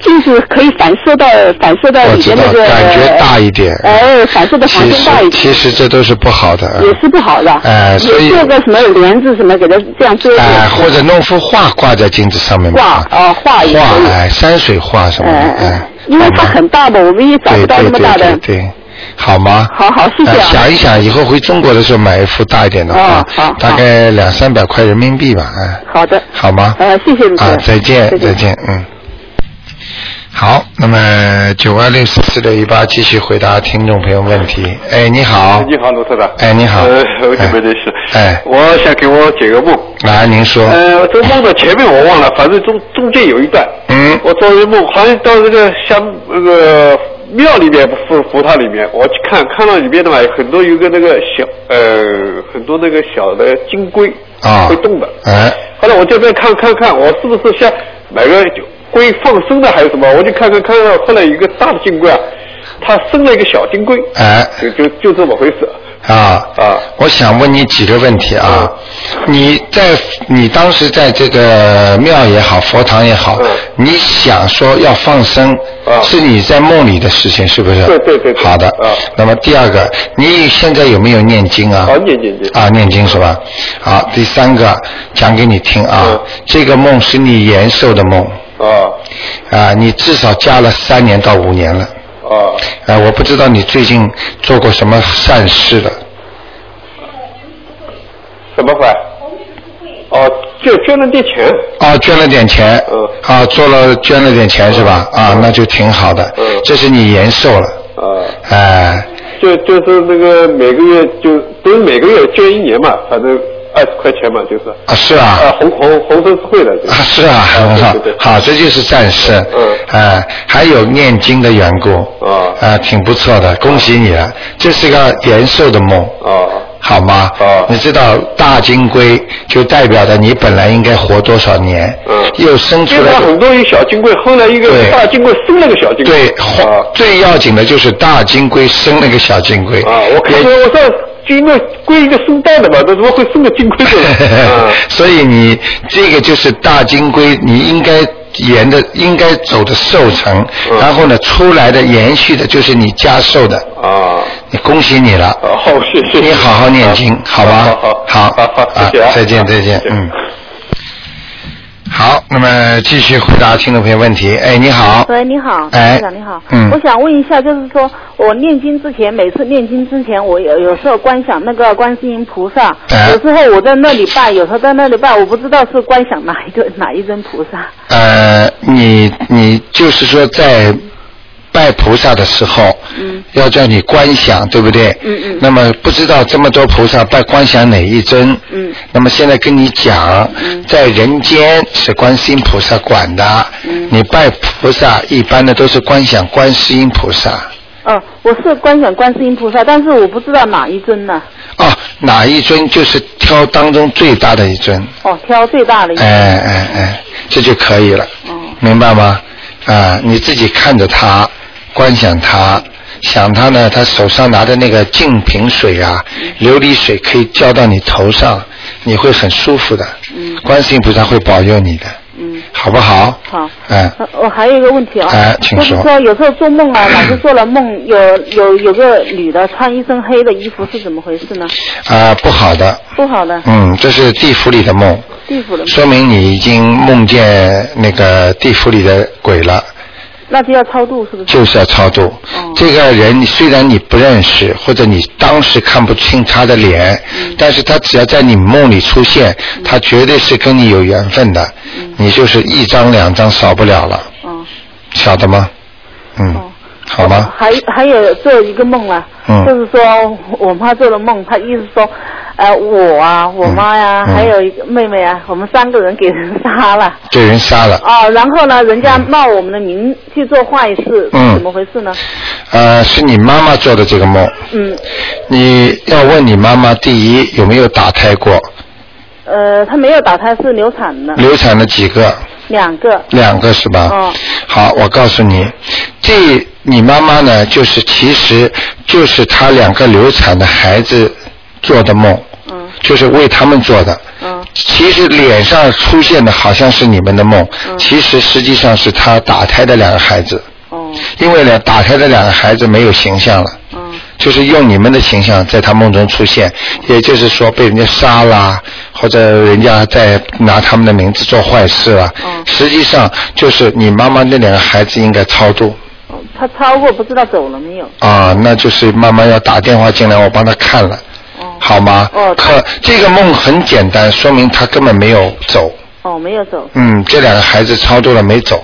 F: 镜子可以反射到反射到
A: 我
F: 里
A: 知
F: 面
A: 道
F: 那，个，
A: 感觉大一点。
F: 哎，反射的房
A: 其
F: 间大
A: 实
F: 一点。
A: 其实这都是不好的。啊
F: 也是不好的，
A: 哎
F: 也
A: 所以
F: 做个什么帘子什么，给它这样遮一
A: 哎、
F: 下，
A: 或者弄幅画挂在镜子上面
F: 挂
A: 吧。
F: 哦画一个
A: 啊画哎，山水画什么的，
F: 哎哎
A: 哎
F: 哎，因为它
A: 好吗
F: 很大嘛，我们也找不
A: 对
F: 到那
A: 对
F: 么
A: 对
F: 大的
A: 对，对，好吗？
F: 好好谢谢
A: 哎
F: 啊
A: 想一想，以后回中国的时候买一幅大一点的画
F: 哦好，
A: 大概两三百块人民币吧，哎，
F: 好的，
A: 好吗？
F: 呃，谢谢卢
A: 啊，再见，
F: 再
A: 再见，嗯。好，那么九二六四四六一八继续回答听众朋友问题。哎，你好，
G: 你好，罗特长。
A: 哎你哦好
G: 呃，我准备的是，
A: 哎
G: 我想给我解个梦。
A: 来，您说，
G: 呃，这梦的前面我忘了，反正中中间有一段，
A: 嗯
G: 我做一梦，好像到那个像那个庙里面佛佛堂里面，我去看看到里面的嘛，有很多有个那个小呃很多那个小的金龟
A: 啊
G: 会动的。
A: 哎，
G: 后来我这边看看看，我是不是像买个龟放生的还是什么？我就看看看到后来有一个大的金龟啊，它生了一个小金龟，
A: 哎
G: 就就就这么回事。
A: 啊
G: 啊
A: 我想问你几个问题啊。你在你当时在这个庙也好，佛堂也好，
G: 嗯
A: 你想说要放生，
G: 啊
A: 是你在梦里的事情，是不是？
G: 对对对对
A: 好的。
G: 啊
A: 那么第二个，你现在有没有念经啊？
G: 啊，念念念。
A: 啊，念经是吧？好，第三个讲给你听啊，
G: 嗯
A: 这个梦是你延寿的梦
G: 啊
A: 啊，你至少加了三年到五年了。
G: 啊
A: 啊，我不知道你最近做过什么善事了。
G: 什么会？哦，就捐了点钱。
A: 啊，捐了点钱，
G: 嗯
A: 啊，做了捐了点钱是吧？啊，那就挺好的，
G: 嗯
A: 这是你延寿了，
G: 啊，
A: 哎、
G: 就就是那个每个月就不是每个月捐一年嘛，反正二十块钱嘛，就是。
A: 啊是啊，
G: 啊，红红红十字会的。就是
A: 啊是啊，很好
G: 对对，对
A: 好，这就是善事，
G: 嗯
A: 哎还有念经的缘故，
G: 啊
A: 啊，挺不错的，恭喜你了，这是个延寿的梦，
G: 啊
A: 好吗？
G: 啊
A: 你知道大金龟就代表着你本来应该活多少年，
G: 嗯
A: 又生出
G: 经
A: 来
G: 常很多一小金龟，后来一个
A: 对
G: 大金龟生了个小金龟。
A: 对，
G: 啊
A: 最要紧的就是大金龟生了个小金龟，
G: 啊，我看
A: 也
G: 见我说金龟龟一个生蛋的嘛，那怎么会生个金龟的 呢？
A: 啊所以你这个就是大金龟，你应该沿着应该走的寿程，
G: 嗯
A: 然后呢出来的延续的就是你加寿的，
G: 啊啊，
A: 你恭喜你了，
G: 啊好，谢谢。啊
A: 你好好念经，好吧？
G: 好好好好
A: 啊
G: 谢谢啊，
A: 再见
G: 啊
A: 再见
G: 谢，谢
A: 嗯。好，那么继续回答听众朋友问题。哎，你好，
H: 喂，你好，
A: 哎
H: 台长你好，
A: 嗯
H: 我想问一下，就是说我念经之前，每次念经之前，我有有时候观想那个观世音菩萨，
A: 哎
H: 有时候我在那里拜，有时候在那里拜，我不知道是观想哪一 个哪一尊菩萨。
A: 呃，你你就是说在拜菩萨的时候，
H: 嗯
A: 要叫你观想，对不对？
H: 嗯嗯
A: 那么不知道这么多菩萨拜观想哪一尊？
H: 嗯。
A: 那么现在跟你讲，
H: 嗯
A: 在人间是观世音菩萨管的，
H: 嗯
A: 你拜菩萨一般的都是观想观世音菩萨。
H: 哦，我是观想观世音菩萨，但是我不知道哪一尊呢。
A: 哦，哪一尊就是挑当中最大的一尊，
H: 哦，挑最大的
A: 哎
H: 一尊。
A: 哎哎，这就可以了。
H: 哦
A: 明白吗？啊，你自己看着他，观想他，想他呢，他手上拿的那个净瓶水啊，
H: 嗯
A: 琉璃水可以浇到你头上，你会很舒服的。
H: 嗯
A: 观世音菩萨会保佑你的，
H: 嗯。
A: 好不好？
H: 好，
A: 嗯，
H: 呃我还有一个问题啊，
A: 哎请
H: 就是
A: 说嗯
H: 说有时候做梦啊，老是做了梦，有有有个女的穿一身黑的衣服，是怎么回事呢？
A: 啊，不好的，
H: 不好的，
A: 嗯，这是地府里的梦，
H: 地府的梦，
A: 说明你已经梦见那个地府里的鬼了。
H: 那就要超度是不是？
A: 就是要超度。
H: 哦
A: 这个人虽然你不认识，或者你当时看不清他的脸，但是他只要在你梦里出现，他绝对是跟你有缘分的。你就是一张两张少不了了，
H: 哦
A: 晓得吗？嗯，
H: 哦
A: 好吗？
H: 还还有做一个梦了，啊
A: 嗯
H: 就是说我妈做了梦，她意思说，呃我啊，我妈呀、
A: 嗯嗯
H: 还有一个妹妹啊，我们三个人给人杀了。
A: 给人杀了。
H: 哦，然后呢，人家冒我们的名去做坏事，
A: 嗯
H: 是怎么回事呢？
A: 呃，是你妈妈做的这个梦，
H: 嗯，
A: 你要问你妈妈，第一有没有打胎过，
H: 呃，她没有打胎，是流产的，
A: 流产了几个？
H: 两个。
A: 两个是吧？
H: 哦
A: 好，我告诉你，这你妈妈呢，就是其实就是她两个流产的孩子做的梦，
H: 嗯
A: 就是为他们做的。
H: 嗯
A: 其实脸上出现的好像是你们的梦，
H: 嗯
A: 其实实际上是她打胎的两个孩子，
H: 哦
A: 因为呢，打胎的两个孩子没有形象了。
H: 嗯
A: 就是用你们的形象在他梦中出现，也就是说被人家杀啦，或者人家在拿他们的名字做坏事啦。
H: 嗯
A: 实际上就是你妈妈那两个孩子应该超度
H: 哦，她超过不知道走了没有？
A: 啊，那就是妈妈要打电话进来，我帮她看了，
H: 哦
A: 好吗？
H: 哦
A: 可这个梦很简单，说明她根本没有走。
H: 哦，没有走。
A: 嗯，这两个孩子超度了没走，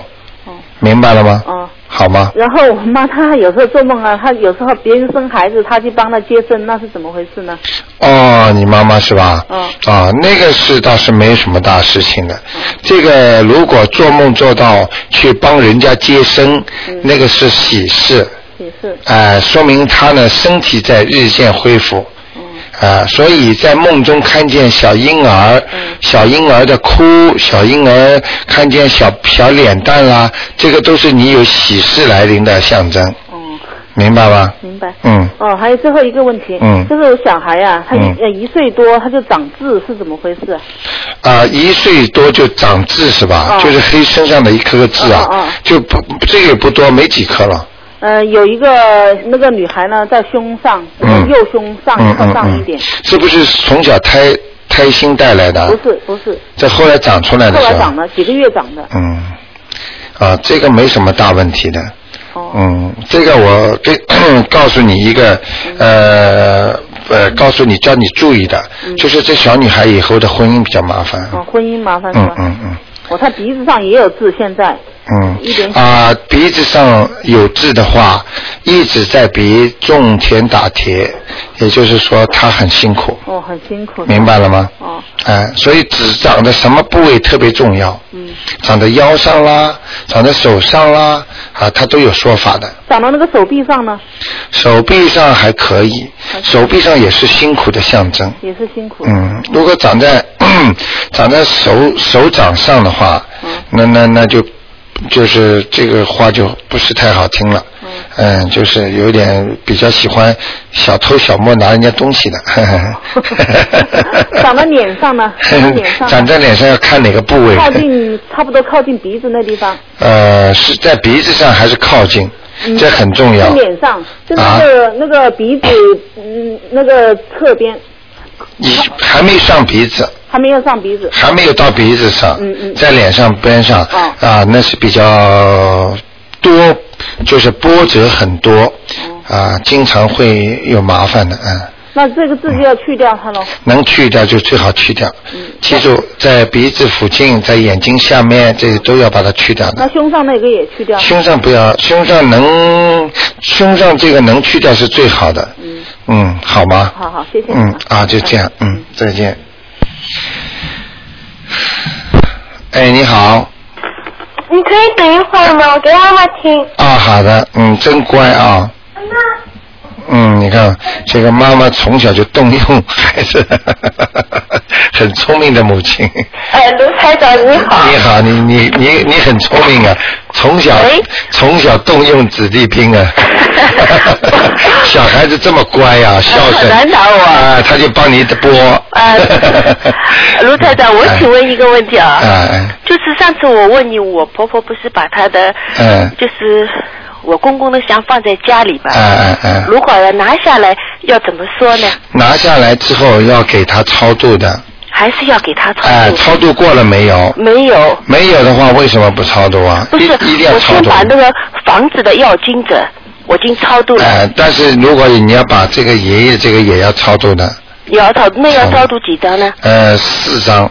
H: 哦
A: 明白了吗？
H: 哦。
A: 好吗？
H: 然后我妈她有时候做梦啊，她有时候别人生孩子，她去帮她接生，那是怎么回事呢？
A: 哦，你妈妈是吧？
H: 嗯
A: 啊，那个是倒是没什么大事情的。这个如果做梦做到去帮人家接生，那个是喜事，
H: 也是，
A: 哎、说明他呢身体在日渐恢复。
H: 嗯
A: 啊，所以在梦中看见小婴儿，
H: 嗯
A: 小婴儿的哭，小婴儿看见小小脸蛋啦、这个都是你有喜事来临的象征，
H: 哦，
A: 明白吧？
H: 明白。
A: 嗯，
H: 哦，还有最后一个问题，
A: 嗯
H: 就是我小孩啊，他一、
A: 嗯
H: 呃一岁多他就长痣，是怎么回事啊？
A: 啊、一岁多就长痣是吧？
H: 哦
A: 就是黑身上的一颗个痣啊，
H: 哦哦
A: 就不这个也不多，没几颗了。
H: 呃，有一个那个女孩呢，在胸上，
A: 嗯
H: 右胸上
A: 嗯
H: 靠
A: 嗯
H: 上一
A: 嗯
H: 点，，
A: 这不是从小胎胎心带来的啊？
H: 不是不是，
A: 这后来长出来的
H: 后
A: 是
H: 来
A: 吧
H: 长？的几个月长的。
A: 嗯，啊，这个没什么大问题的。
H: 哦，
A: 嗯，这 个我给告诉你一个，
H: 嗯
A: 呃呃，告诉你叫你注意的，就是这小女孩以后的婚姻比较麻烦。
H: 嗯哦，婚姻麻烦是
A: 嗯
H: 吧？
A: 嗯嗯
H: 哦，她鼻子上也有痣，现在。
A: 嗯
H: 一点
A: 啊、鼻子上有痣的话，一直在鼻种田打铁，也就是说他很辛苦，
H: 哦，很辛苦。
A: 明白了吗？
H: 哦，
A: 哎、所以痣长在什么部位特别重要？
H: 嗯，
A: 长在腰上啦，长在手上啦，啊，他都有说法的。
H: 长到那个手臂上呢，
A: 手臂上还可以，手臂上也是辛苦的象征。
H: 也是辛苦。
A: 嗯，如果长在 长在手手掌上的话，
H: 嗯
A: 那那那就就是这个话就不是太好听了。
H: 嗯
A: 嗯，就是有点比较喜欢小偷小摸拿人家东西的。
H: 长在脸上呢长在脸 上呢
A: 长在脸上要看哪个部位。
H: 靠近差不多靠近鼻子那地方，
A: 呃，是在鼻子上还是靠近？
H: 嗯
A: 这很重要。啊
H: 在脸上，就那个、那个鼻子，嗯，那个侧边
A: 你还没上鼻子。
H: 还没有上鼻子，
A: 还没有到鼻子上，
H: 嗯嗯
A: 在脸上边上、
H: 哦
A: 啊，那是比较多，就是波折很多，
H: 哦
A: 啊，经常会有麻烦的，嗯，
H: 那这个痣就要去掉它喽。
A: 能去掉就最好去掉。
H: 嗯
A: 记住，在鼻子附近，在眼睛下面，这些都要把它去掉
H: 那
A: 的。
H: 胸上那个也去掉。
A: 胸上不要，胸上能，胸上这个能去掉是最好的。
H: 嗯，
A: 嗯，好吗？
H: 好好，谢谢你
A: 嗯
H: 啊。
A: 啊，就这样，嗯，再见。哎，你好。
I: 你可以等一会儿吗？我给妈妈听。
A: 啊，好的，嗯，真乖啊。嗯，你看这个妈妈从小就动用孩子， 很聪明的母亲。
I: 哎，卢台长你好。
A: 你好，你你你你很聪明啊，从小
I: 喂
A: 从小动用子弟 兵啊，小孩子这么乖 啊，孝顺。
I: 很难打我
A: 啊，他就帮你拨。，
I: 啊卢台长，我请问一个问题啊，
A: 哎
I: 就是上次我问你，我婆婆不是把她的，
A: 嗯
I: 就是我公公的香放在家里吧？
A: 哎哎哎哎，
I: 如果拿下来，要怎么说呢？
A: 拿下来之后要给他超度的，
I: 还是要给她操
A: 哎，
I: 作？
A: 超度过了没有？
I: 没有，
A: 没有的话，为什么不超度啊？
I: 不
A: 一
I: 是，
A: 一定要
I: 我
A: 超
I: 先
A: 度。
I: 把那个房子的要经者，我已经超度了，
A: 哎、但是如果你要把这个爷爷这个也要超度的，
I: 也要超，那要超度几张呢？
A: 呃，四张，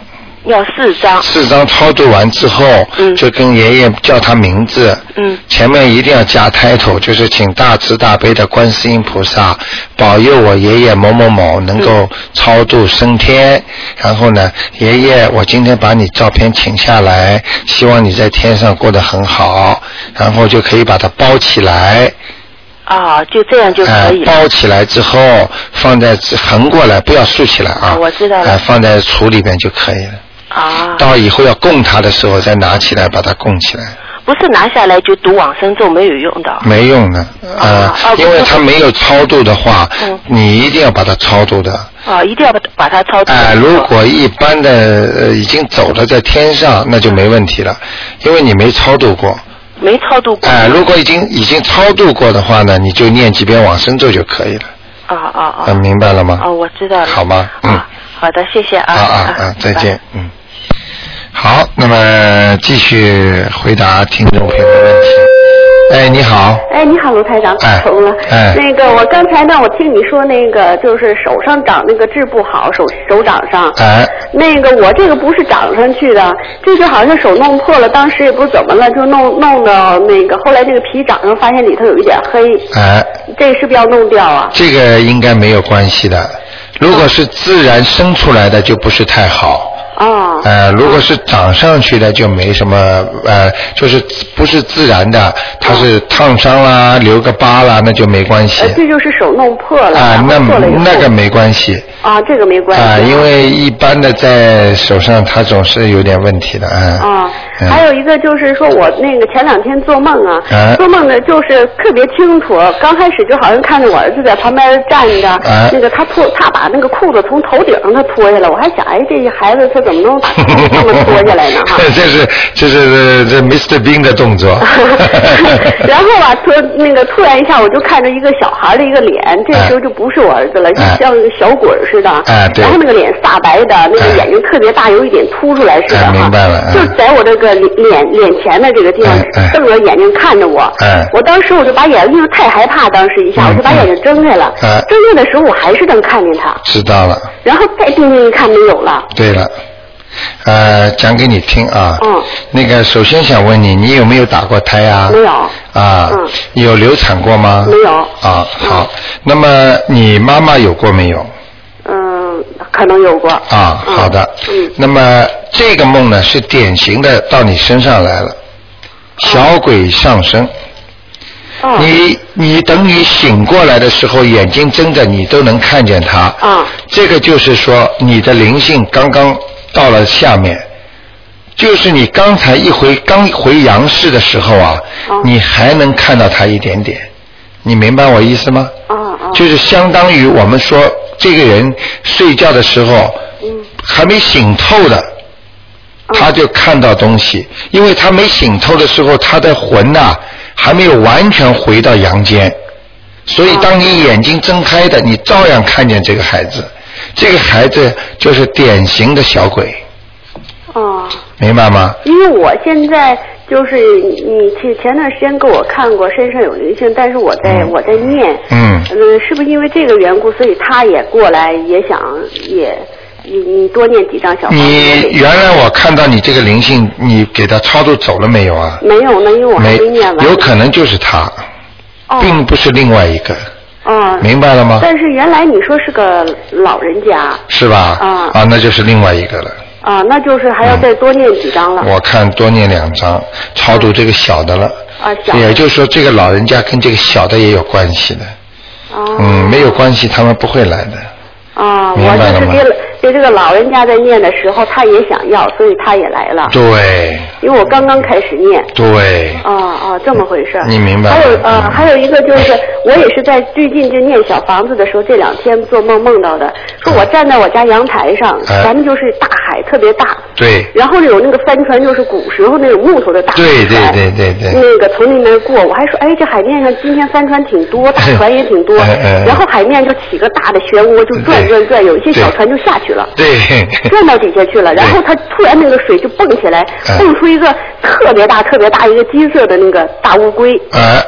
J: 要四张。
A: 四张超度完之后，就跟爷爷叫他名字，
J: 嗯，
A: 前面一定要加 title，就是请大慈大悲的观世音菩萨保佑我爷爷某某某能够超度升天。然后呢，爷爷，我今天把你照片请下来，希望你在天上过得很好，然后就可以把它包起来。
J: 啊，就这样就
A: 哎、
J: 可以了。
A: 包起来之后放在横过来，不要竖起来啊。
J: 我知道
A: 哎、
J: 了。
A: 放在橱里边就可以了。
J: 啊，
A: 到以后要供它的时候再拿起来，把它供起来，
J: 不是拿下来就读往生咒没有用的。
A: 没用的。呃，
J: 啊
A: 因为它没有超度的话，
J: 嗯
A: 你一定要把它超度的。
J: 啊，一定要把它把它抄出
A: 哎、
J: 来。
A: 如果一般的、呃、已经走了在天上，那就没问题了，因为你没超度过。
J: 没超度过。
A: 哎、如果已经已经超度过的话呢，你就念几遍往生咒就可以了。
J: 啊啊啊！
A: 嗯，明白了吗？
J: 哦，我知道了。
A: 好吗？嗯。
J: 好的，谢谢啊。
A: 啊啊啊！再见，嗯。好，那么继续回答听众朋友的问题。哎，你好，
K: 哎，你好，卢台长，
A: 哎
K: 打通了。
A: 哎
K: 那个，我刚才呢，我听你说那个，就是手上长那个痣不好，手手掌上。
A: 哎，
K: 那个，我这个不是长上去的，这是好像手弄破了，当时也不知怎么了，就弄弄到那个，后来这个皮长上发现里头有一点黑，
A: 哎，
K: 这是不是要弄掉啊？
A: 这个应该没有关系的。如果是自然生出来的，就不是太好。
K: 啊。
A: 呃，如果是长上去的，就没什么呃，就是不是自然的，它是烫伤啦、留个疤啦，那就没关系
K: 呃，。这就是手弄破了，
A: 啊、
K: 然后
A: 那
K: 破了以后
A: 那个没关系。
K: 啊，这个没关系。
A: 啊，因为一般的在手上，它总是有点问题的，啊。
K: 啊，
A: 嗯
K: 还有一个就是说我那个前两天做梦啊，
A: 哎
K: 做梦的就是特别清楚，刚开始就好像看着我儿子在旁边站着，
A: 哎
K: 那个他脱他把那个裤子从头顶上他脱下来，我还想哎这孩子他怎么能把裤子这么脱下来呢哈？
A: 这是这是这 Mr. Bean 的动作，
K: 然后吧，突那个突然一下，我就看着一个小孩的一个脸，这时候就不是我儿子了，就像个小鬼儿似的。
A: 哎对
K: 然后那个脸煞白的，那个眼睛特别大，有一点凸出来似的哈。
A: 哎明白了哎
K: 就在我这个脸脸脸前的这个地方，瞪着眼睛看着我。
A: 哎嗯
K: 我当时我就把眼睛，因为太害怕，当时一下、我就把眼睛睁开了。
A: 哎
K: 睁开的时候我还是能看见他，
A: 知道了。
K: 然后再定睛一看没有了。
A: 对了，呃，讲给你听啊。
K: 嗯。
A: 那个，首先想问你，你有没有打过胎啊？
K: 没有。
A: 啊。
K: 嗯
A: 有流产过吗？
K: 没有
A: 啊，好。那么你妈妈有过没有？
K: 嗯，可能有过。
A: 啊，好的。嗯。那么这个梦呢，是典型的到你身上来了，小鬼上身。
K: 哦。
A: 你你等你醒过来的时候，眼睛睁着，你都能看见它。
K: 啊。
A: 这个就是说，你的灵性刚刚到了下面，就是你刚才一回刚回阳世的时候啊，你还能看到它一点点，你明白我意思吗？就是相当于我们说这个人睡觉的时候，还没醒透的，
K: 哦
A: 他就看到东西，因为他没醒透的时候，他的魂呐、还没有完全回到阳间，所
K: 哦
A: 以当你眼睛睁开的，你照样看见这个孩子，这个孩子就是典型的小鬼，
K: 哦。
A: 明白吗？
K: 因为我现在就是你你前前段时间给我看过身上有灵性，但是我在、我在念，
A: 嗯
K: 嗯，是不是因为这个缘故，所以他也过来也想也你你多念几张小房子
A: 你原来我看到你这个灵性，你给他超度走了没有啊？
K: 没有呢，因为我还
A: 没
K: 没念，完，哦
A: 有可能就是他，并不是另外一个，
K: 嗯，
A: 明白了吗？
K: 但是原来你说是个老人家
A: 是吧？
K: 啊
A: 啊，那就是另外一个了。
K: 啊，那就是还要再多念几张了、
A: 嗯我看多念两张，超度这个小的了。
K: 啊，小
A: 也就是说，这个老人家跟这个小的也有关系的。
K: 哦
A: 嗯，没有关系，他们不会来的。
K: 啊，我
A: 明白
K: 就
A: 了
K: 是
A: 吗
K: 给给这个老人家在念的时候，他也想要，所以他也来了，
A: 对
K: 因为我刚刚开始念。
A: 对，
K: 哦哦，这么回事儿。
A: 你明白
K: 还有
A: 了嗯
K: 呃，还有一个就是，我也是在最近就念小房子的时候，这两天做梦梦到的，说我站在我家阳台上，
A: 哎
K: 咱们就是大海特别大，
A: 对
K: 然后有那个帆船，就是古时候那种木头的大帆
A: 对
K: 船。
A: 对对对对，
K: 那个从那边过，我还说，哎，这海面上今天帆船挺多，大船也挺多，
A: 哎哎哎
K: 然后海面就起个大的漩涡，就转转转，有一些小船就下去了。
A: 对，
K: 转到底下去了，然后它突然那个水就蹦起来，
A: 哎
K: 蹦出一个特别大、特别大一个金色的那个大乌龟。
A: 哎，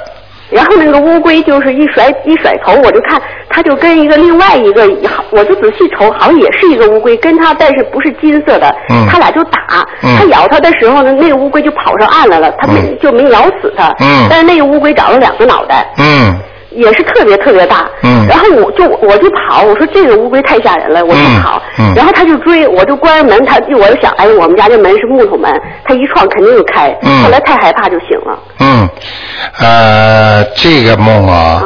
K: 然后那个乌龟就是一甩一甩头，我就看它就跟一个另外一个，我就仔细瞅，好像也是一个乌龟，跟它但是不是金色的，
L: 嗯
K: 它俩就打，
L: 嗯
K: 它咬它的时候呢，那个乌龟就跑上岸来了，它没、
L: 嗯
K: 就没咬死它，
L: 嗯
K: 但是那个乌龟长了两个脑袋，
A: 嗯
K: 也是特别特别大，
A: 嗯
K: 然后我就我就跑，我说这个乌龟太吓人了，我就跑，
A: 嗯嗯
K: 然后他就追，我就关上门，他我就想，哎，我们家这门是木头门，他一撞肯定就开，
A: 嗯
K: 后来太害怕就醒了，
A: 嗯，呃，这个梦啊，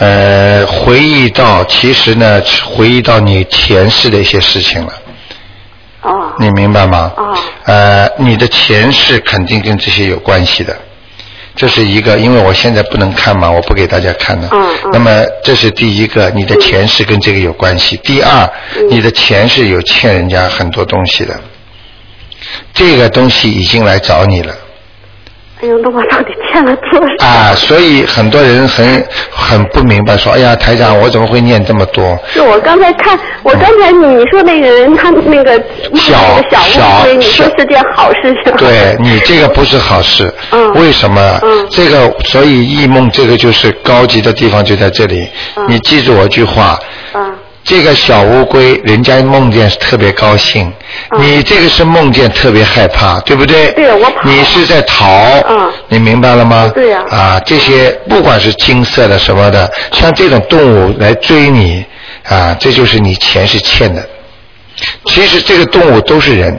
K: 嗯
A: 呃，回忆到其实呢，回忆到你前世的一些事情了。
K: 哦。
A: 你明白吗？啊、呃，你的前世肯定跟这些有关系的。这是一个，因为我现在不能看嘛，我不给大家看的。
K: 嗯
A: 那么这是第一个，你的前世跟这个有关
K: 嗯
A: 系。第二，你的前世有欠人家很多东西的，这个东西已经来找你了。
K: 哎呦，那我 到底欠了多少？
A: 啊，所以很多人很很不明白，说，哎呀，台长，我怎么会念这么多？
K: 是我刚才看，我刚才你说那个人他那个
A: 小
K: 那个小乌龟，你说是件好事 情，
A: 对你这个不是好事，为什么？这个所以异梦这个就是高级的地方就在这里，你记住我一句话。这个小乌龟，人家梦见特别高兴，你这个是梦见特别害怕，对不对？嗯对，
K: 我
A: 你是在逃，你明白了吗？对呀、啊。这些不管是金色的什么的，像这种动物来追你，啊，这就是你前世欠的。其实这个动物都是人，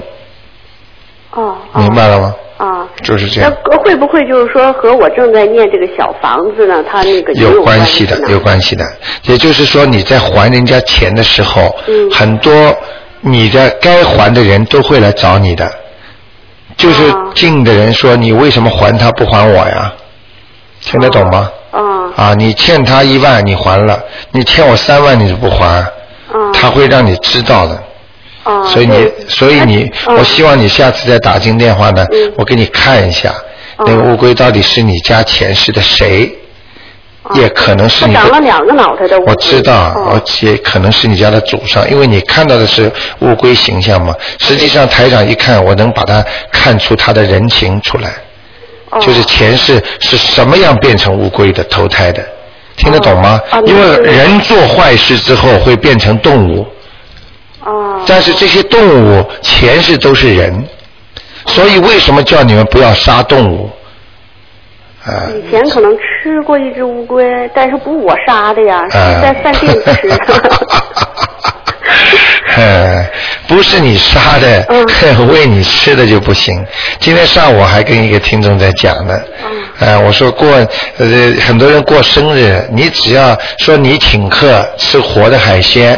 K: 哦，
A: 明白了吗？
K: 啊，
A: 就是这
K: 那
A: 样，
K: 会不会就是说和我正在念这个小房子呢？他那个也
A: 有
K: 关
A: 关系的，有关系的。也就是说，你在还人家钱的时候，很多你的该还的人都会来找你的，就是近的人说你为什么还他不还我呀？听得懂吗？
K: 嗯
A: 啊，你欠他一万，你还了；你欠我三万，你就不还，
K: 嗯
A: 他会让你知道的。
K: 哦
A: 所以你，所以你，
K: 哎嗯
A: 我希望你下次再打进电话呢，我给你看一下，
K: 嗯
A: 那个乌龟到底是你家前世的谁，也可能是
K: 哦他
A: 你
K: 长了
A: 的。
K: 两个脑袋的乌龟，嗯
A: 我知道，而且可能是你家的祖上，因为你看到的是乌龟形象嘛。实际上台长一看，我能把它看出它的人形出来，
K: 哦
A: 就是前世是什么样变成乌龟的投胎的，听得懂吗？
K: 哦
A: 因为人做坏事之后会变成动物。
K: 哦
A: 但是这些动物前世都是人，
K: 哦
A: 所以为什么叫你们不要杀动物？啊、
K: 以前可能吃过一只乌龟，但是不是我杀的呀，是
A: 啊
K: 在饭店吃的。
A: 呃，不是你杀的， 喂你吃的就不行。今天上午还跟一个听众在讲呢，呃，我说过，呃，很多人过生日，你只要说你请客吃活的海鲜，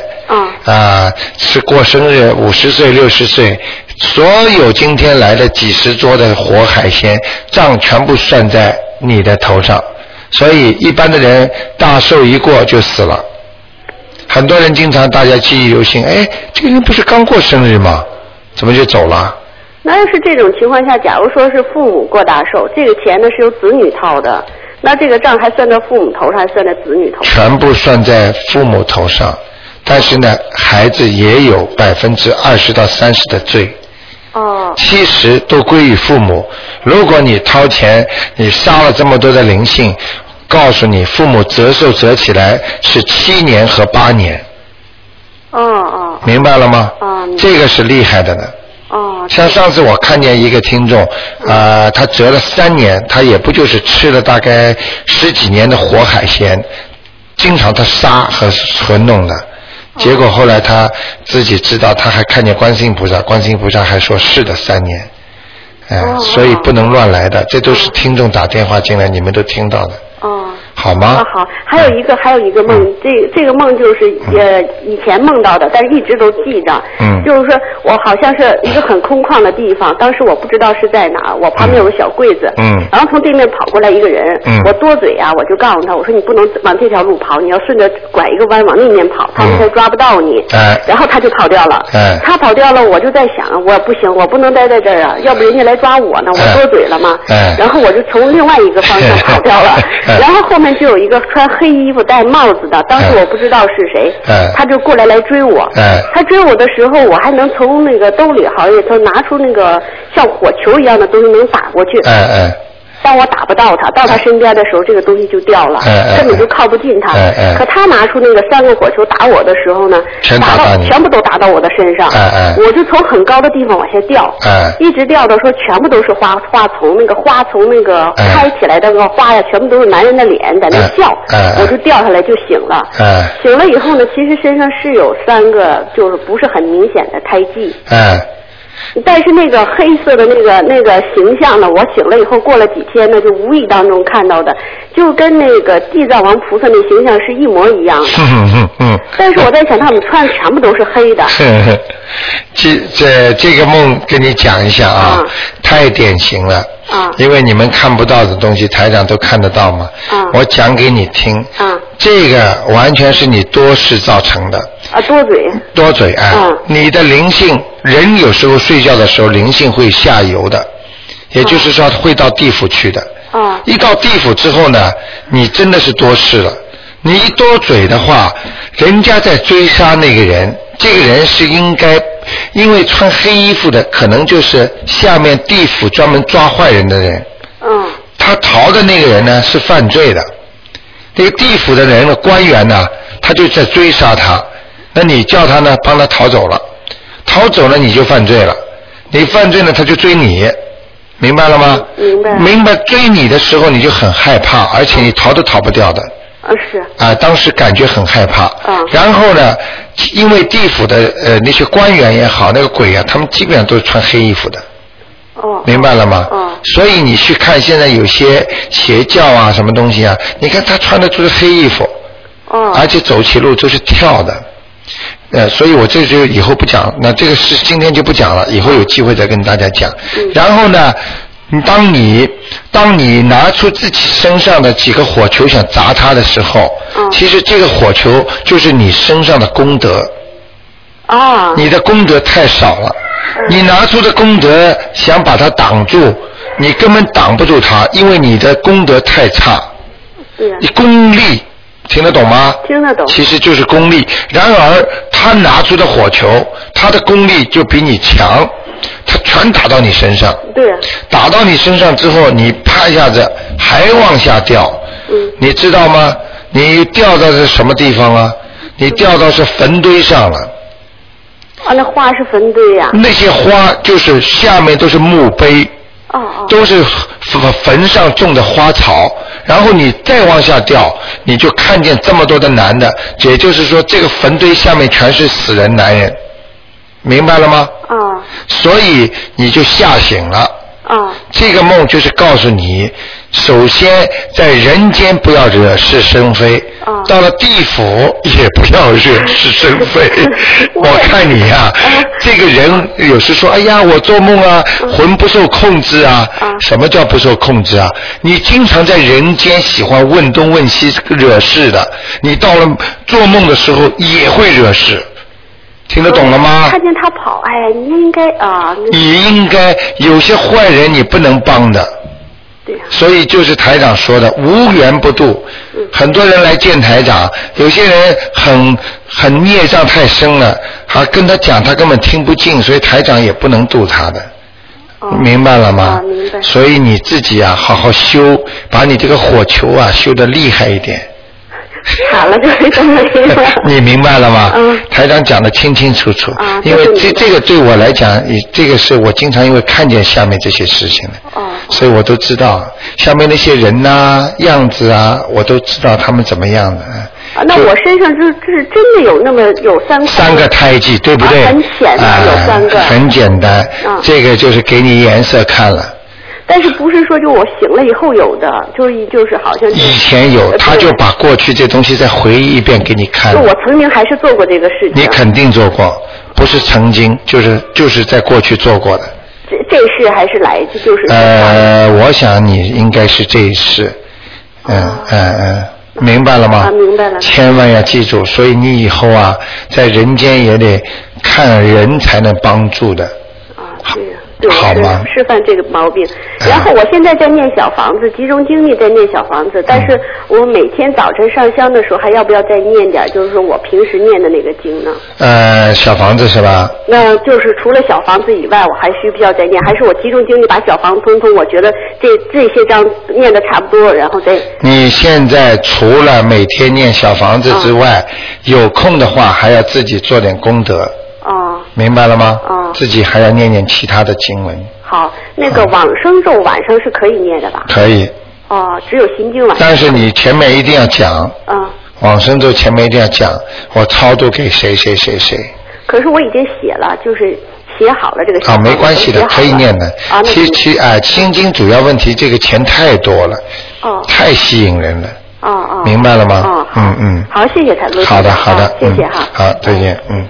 A: 啊，是过生日，五十岁、六十岁，所有今天来的几十桌的活海鲜账全部算在你的头上，所以一般的人大寿一过就死了。很多人经常大家记忆犹新，哎，这个人不是刚过生日吗？怎么就走了？
K: 那要是这种情况下，假如说是父母过大寿，这个钱呢是由子女掏的，那这个账还算到父母头上，还算在子女头上？
A: 全部算在父母头上，但是呢，孩子也有百分之二十到三十的罪。哦。七十都归于父母。如果你掏钱，你杀了这么多的灵性，告诉你，父母折寿折起来是七年和八年。哦哦。明白了吗？哦。这个是厉害的呢。哦。像上次我看见一个听众，啊、他折了三年，他也不就是吃了大概十几年的活海鲜，经常他杀和和弄的。结果后来他自己知道，他还看见观世音菩萨，观世音菩萨还说是的三年，哎、所以不能乱来的，这都是听众打电话进来，你们都听到的，
K: 哦。
A: 好吗嗯
K: 啊？好，还有一个还有一个梦，这这个梦就是呃以前梦到的，但是一直都记着。
A: 嗯
K: 就是说我好像是一个很空旷的地方，当时我不知道是在哪儿，我旁边有个小柜子。
A: 嗯
E: 哦
K: 然后从对面跑过来一个人，
A: 嗯
K: 我多嘴啊，我就告诉他，我说你不能往这条路跑，你要顺着拐一个弯往那面跑，他们才抓不到你。
A: 哎
K: 然后他就跑掉了。
A: 哎
K: 他跑掉了，我就在想，我不行，我不能待在这儿啊，要不人家来抓我呢，我多嘴了嘛。
A: 哎
K: 然后我就从另外一个方 向跑掉了，然后后面就有一个穿黑衣服戴帽子的，当时我不知道是谁，
A: 哎
K: 他就过来来追我。
A: 哎
K: 他追我的时候，我还能从那个兜里好像也从拿出那个像火球一样的东西能打过去。
A: 哎哎，
K: 但我打不到他，到他身边的时候，这个东西就掉了
A: 哎哎，
K: 根本就靠不近他
A: 哎哎。
K: 可他拿出那个三个火球打我的时候呢，
A: 全打
K: 打
A: 到
K: 到
A: 你
K: 全部都打到我的身上
A: 哎哎，
K: 我就从很高的地方往下掉，
A: 哎
K: 一直掉到说全部都是花花丛，那个花从那个开起来的那个花呀，全部都是男人的脸在那笑
A: 哎哎哎，
K: 我就掉下来就醒了。
A: 哎
K: 醒了以后呢，其实身上是有三个，就是不是很明显的胎记，
A: 哎
K: 但是那个黑色的那个那个形象呢，我醒了以后过了几天呢，就无意当中看到的，就跟那个地藏王菩萨那形象是一模一样的。
A: 嗯嗯嗯。
K: 但是我在想，他们穿的全部都是黑的。
A: 呵呵 这这这个梦跟你讲一下啊，太典型了。
K: 啊
A: 因为你们看不到的东西，台长都看得到嘛。
K: 啊
A: 我讲给你听。
K: 啊
A: 这个完全是你多事造成的。
K: 啊，多嘴。
A: 多嘴啊。你的灵性，人有时候睡觉的时候灵性会下游的，也就是说会到地府去的。
K: 啊。
A: 一到地府之后呢，你真的是多事了。你一多嘴的话，人家在追杀那个人，这个人是应该，因为穿黑衣服的，可能就是下面地府专门抓坏人的人。
K: 嗯。
A: 他逃的那个人呢是犯罪的，这个地府的人的官员呢，他就在追杀他。那你叫他呢，帮他逃走了，逃走了你就犯罪了，你犯罪呢他就追你，明白了吗？
K: 明白。
A: 明白追你的时候你就很害怕，而且你逃都逃不掉的。
K: 啊是。啊
A: 啊，当时感觉很害怕。然后呢，因为地府的呃那些官员也好，那个鬼啊，他们基本上都是穿黑衣服的。
K: 哦。
A: 明白了吗？哦。所以你去看现在有些邪教啊，什么东西啊，你看他穿的都是黑衣服。
K: 哦。
A: 而且走起路都是跳的。呃，所以我这就以后不讲，那这个事今天就不讲了，以后有机会再跟大家讲。然后呢，你当你当你拿出自己身上的几个火球想砸他的时候，其实这个火球就是你身上的功德，
E: 哦
K: 啊。嗯
A: 你的功德太少了，你拿出的功德想把它挡住，你根本挡不住它，因为你的功德太差，
K: 对呀、
A: 你功力听得懂吗？
K: 听得懂。
A: 其实就是功力。然而他拿出的火球，他的功力就比你强，他全打到你身上。
K: 对呀、
A: 打到你身上之后，你啪一下子还往下掉，
K: 嗯
A: 你知道吗？你掉到是什么地方了？你掉到是坟堆上了，
K: 啊，那花是坟堆呀、
A: 那些花就是下面都是墓碑，都是坟坟上种的花草。然后你再往下掉，你就看见这么多的男的，也就是说，这个坟堆下面全是死人男人，明白了吗？
K: 啊
A: 所以你就吓醒了。
B: 哦
K: 啊
A: 这个梦就是告诉你，首先在人间不要惹是生非，到了地府也不要惹是生非。 我啊看你呀、这个人有时说，哎呀，我做梦啊，魂不受控制啊。什么叫不受控制啊？你经常在人间喜欢问东问西，惹事的，你到了做梦的时候也会惹事，听得懂了吗？
K: 看见他跑，哎呀，你应该啊，那
A: 你应该有些坏人你不能帮的。
K: 对
A: 所以就是台长说的，无缘不渡。很多人来见台长，有些人很很孽障太深了，还跟他讲他根本听不进，所以台长也不能渡他的。明白了吗？哦啊明白。所以你自己啊，好好修，把你这个火球啊修得厉害一点。
K: 惨了，就都没 了。
A: 你明白了吗？
K: 嗯
A: 台长讲的清清楚楚，
K: 啊
A: 因为
K: 这
A: 这
K: 是你的
A: 这个对我来讲，也这个是我经常因为看见下面这些事情的，
K: 哦
A: 所以我都知道下面那些人呐、样子啊，我都知道他们怎么样的。啊
K: 啊，那我身上就是就是真的有那么有三块。
A: 三个胎记，对不对？
K: 啊很显的
A: 啊
K: 有三个
A: 很简单，
K: 嗯
A: 这个就是给你颜色看了。
K: 但是不是说就我醒了以后有的，就是就是好像就
A: 以前有，他就把过去这东西再回忆一遍给你看
K: 就。我曾经还是做过这个事情
A: 你，肯定做过，不是曾经，就是就是在过去做过的。
K: 这这事还是来就就是
A: 呃，我想你应该是这一世，嗯嗯嗯，明白了吗？
K: 哦啊明白了
A: 千万要记住，所以你以后啊，在人间也得看人才能帮助的。
K: 啊，对呀、对我
A: 好
K: 是
A: 吗哎
K: 示范这个毛病。然后我现在在念小房子，集中精力在念小房子，但是
A: 嗯
K: 我每天早晨上香的时候还要不要再念点儿？就是说我平时念的那个经呢？
A: 呃，小房子是吧？
K: 那就是除了小房子以外，我还需不需要再念？还是我集中精力把小房子通通，我觉得这这些章念的差不多，然后再
A: 你现在除了每天念小房子之外，有空的话还要自己做点功德。
K: 哦，
A: 明白了吗？
K: 哦
A: 自己还要念念其他的经文，
K: 好。那个往生咒晚上是可以念的吧？
A: 可以。
K: 哦，只有心经晚上。
A: 嗯但是你前面一定要讲，
K: 嗯，
A: 往生咒前面一定要讲，我超度给谁谁谁谁
K: 可是我已经写了，就是写好了这个小
A: 啊，
K: 房子。
A: 没关系的
K: 写，好
A: 可以
K: 了
A: 念的
K: 啊。那
A: 其其啊，心经主要问题这个钱太多了，
K: 哦
A: 太吸引人了，
K: 哦哦。
A: 明白了吗？
K: 哦，
A: 嗯嗯。
K: 好，谢谢台罗先生。
A: 好的，好的，
K: 啊谢谢
A: 嗯
K: 哈。
A: 好，再见，嗯。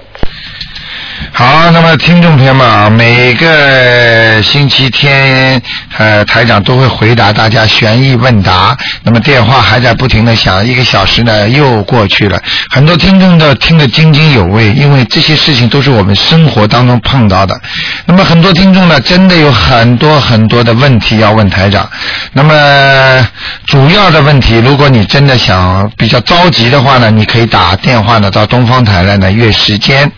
A: 好，那么听众朋友们啊，每个星期天，呃，台长都会回答大家悬疑问答。那么电话还在不停的响，一个小时呢又过去了。很多听众的听得津津有味，因为这些事情都是我们生活当中碰到的。那么很多听众呢，真的有很多很多的问题要问台长。那么主要的问题，如果你真的想比较着急的话呢，你可以打电话呢到东方台来呢约时间，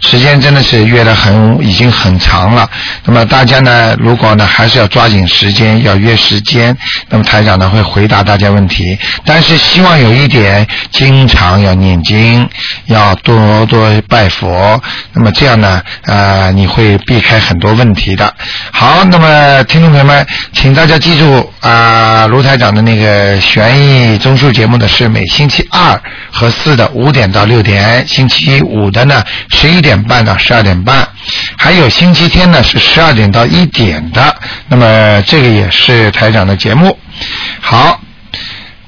A: 时间真的是约的很已经很长了。那么大家呢，如果呢还是要抓紧时间，要约时间，那么台长呢会回答大家问题。但是希望有一点，经常要念经，要多多拜佛。那么这样呢，呃，你会避开很多问题的。好，那么听众朋友们，请大家记住啊、卢台长的那个悬疑综述节目呢是每星期二和四的五点到六点，星期五的呢十一点半到十二点半，还有星期天呢是十二点到一点的。那么这个也是台长的节目。好，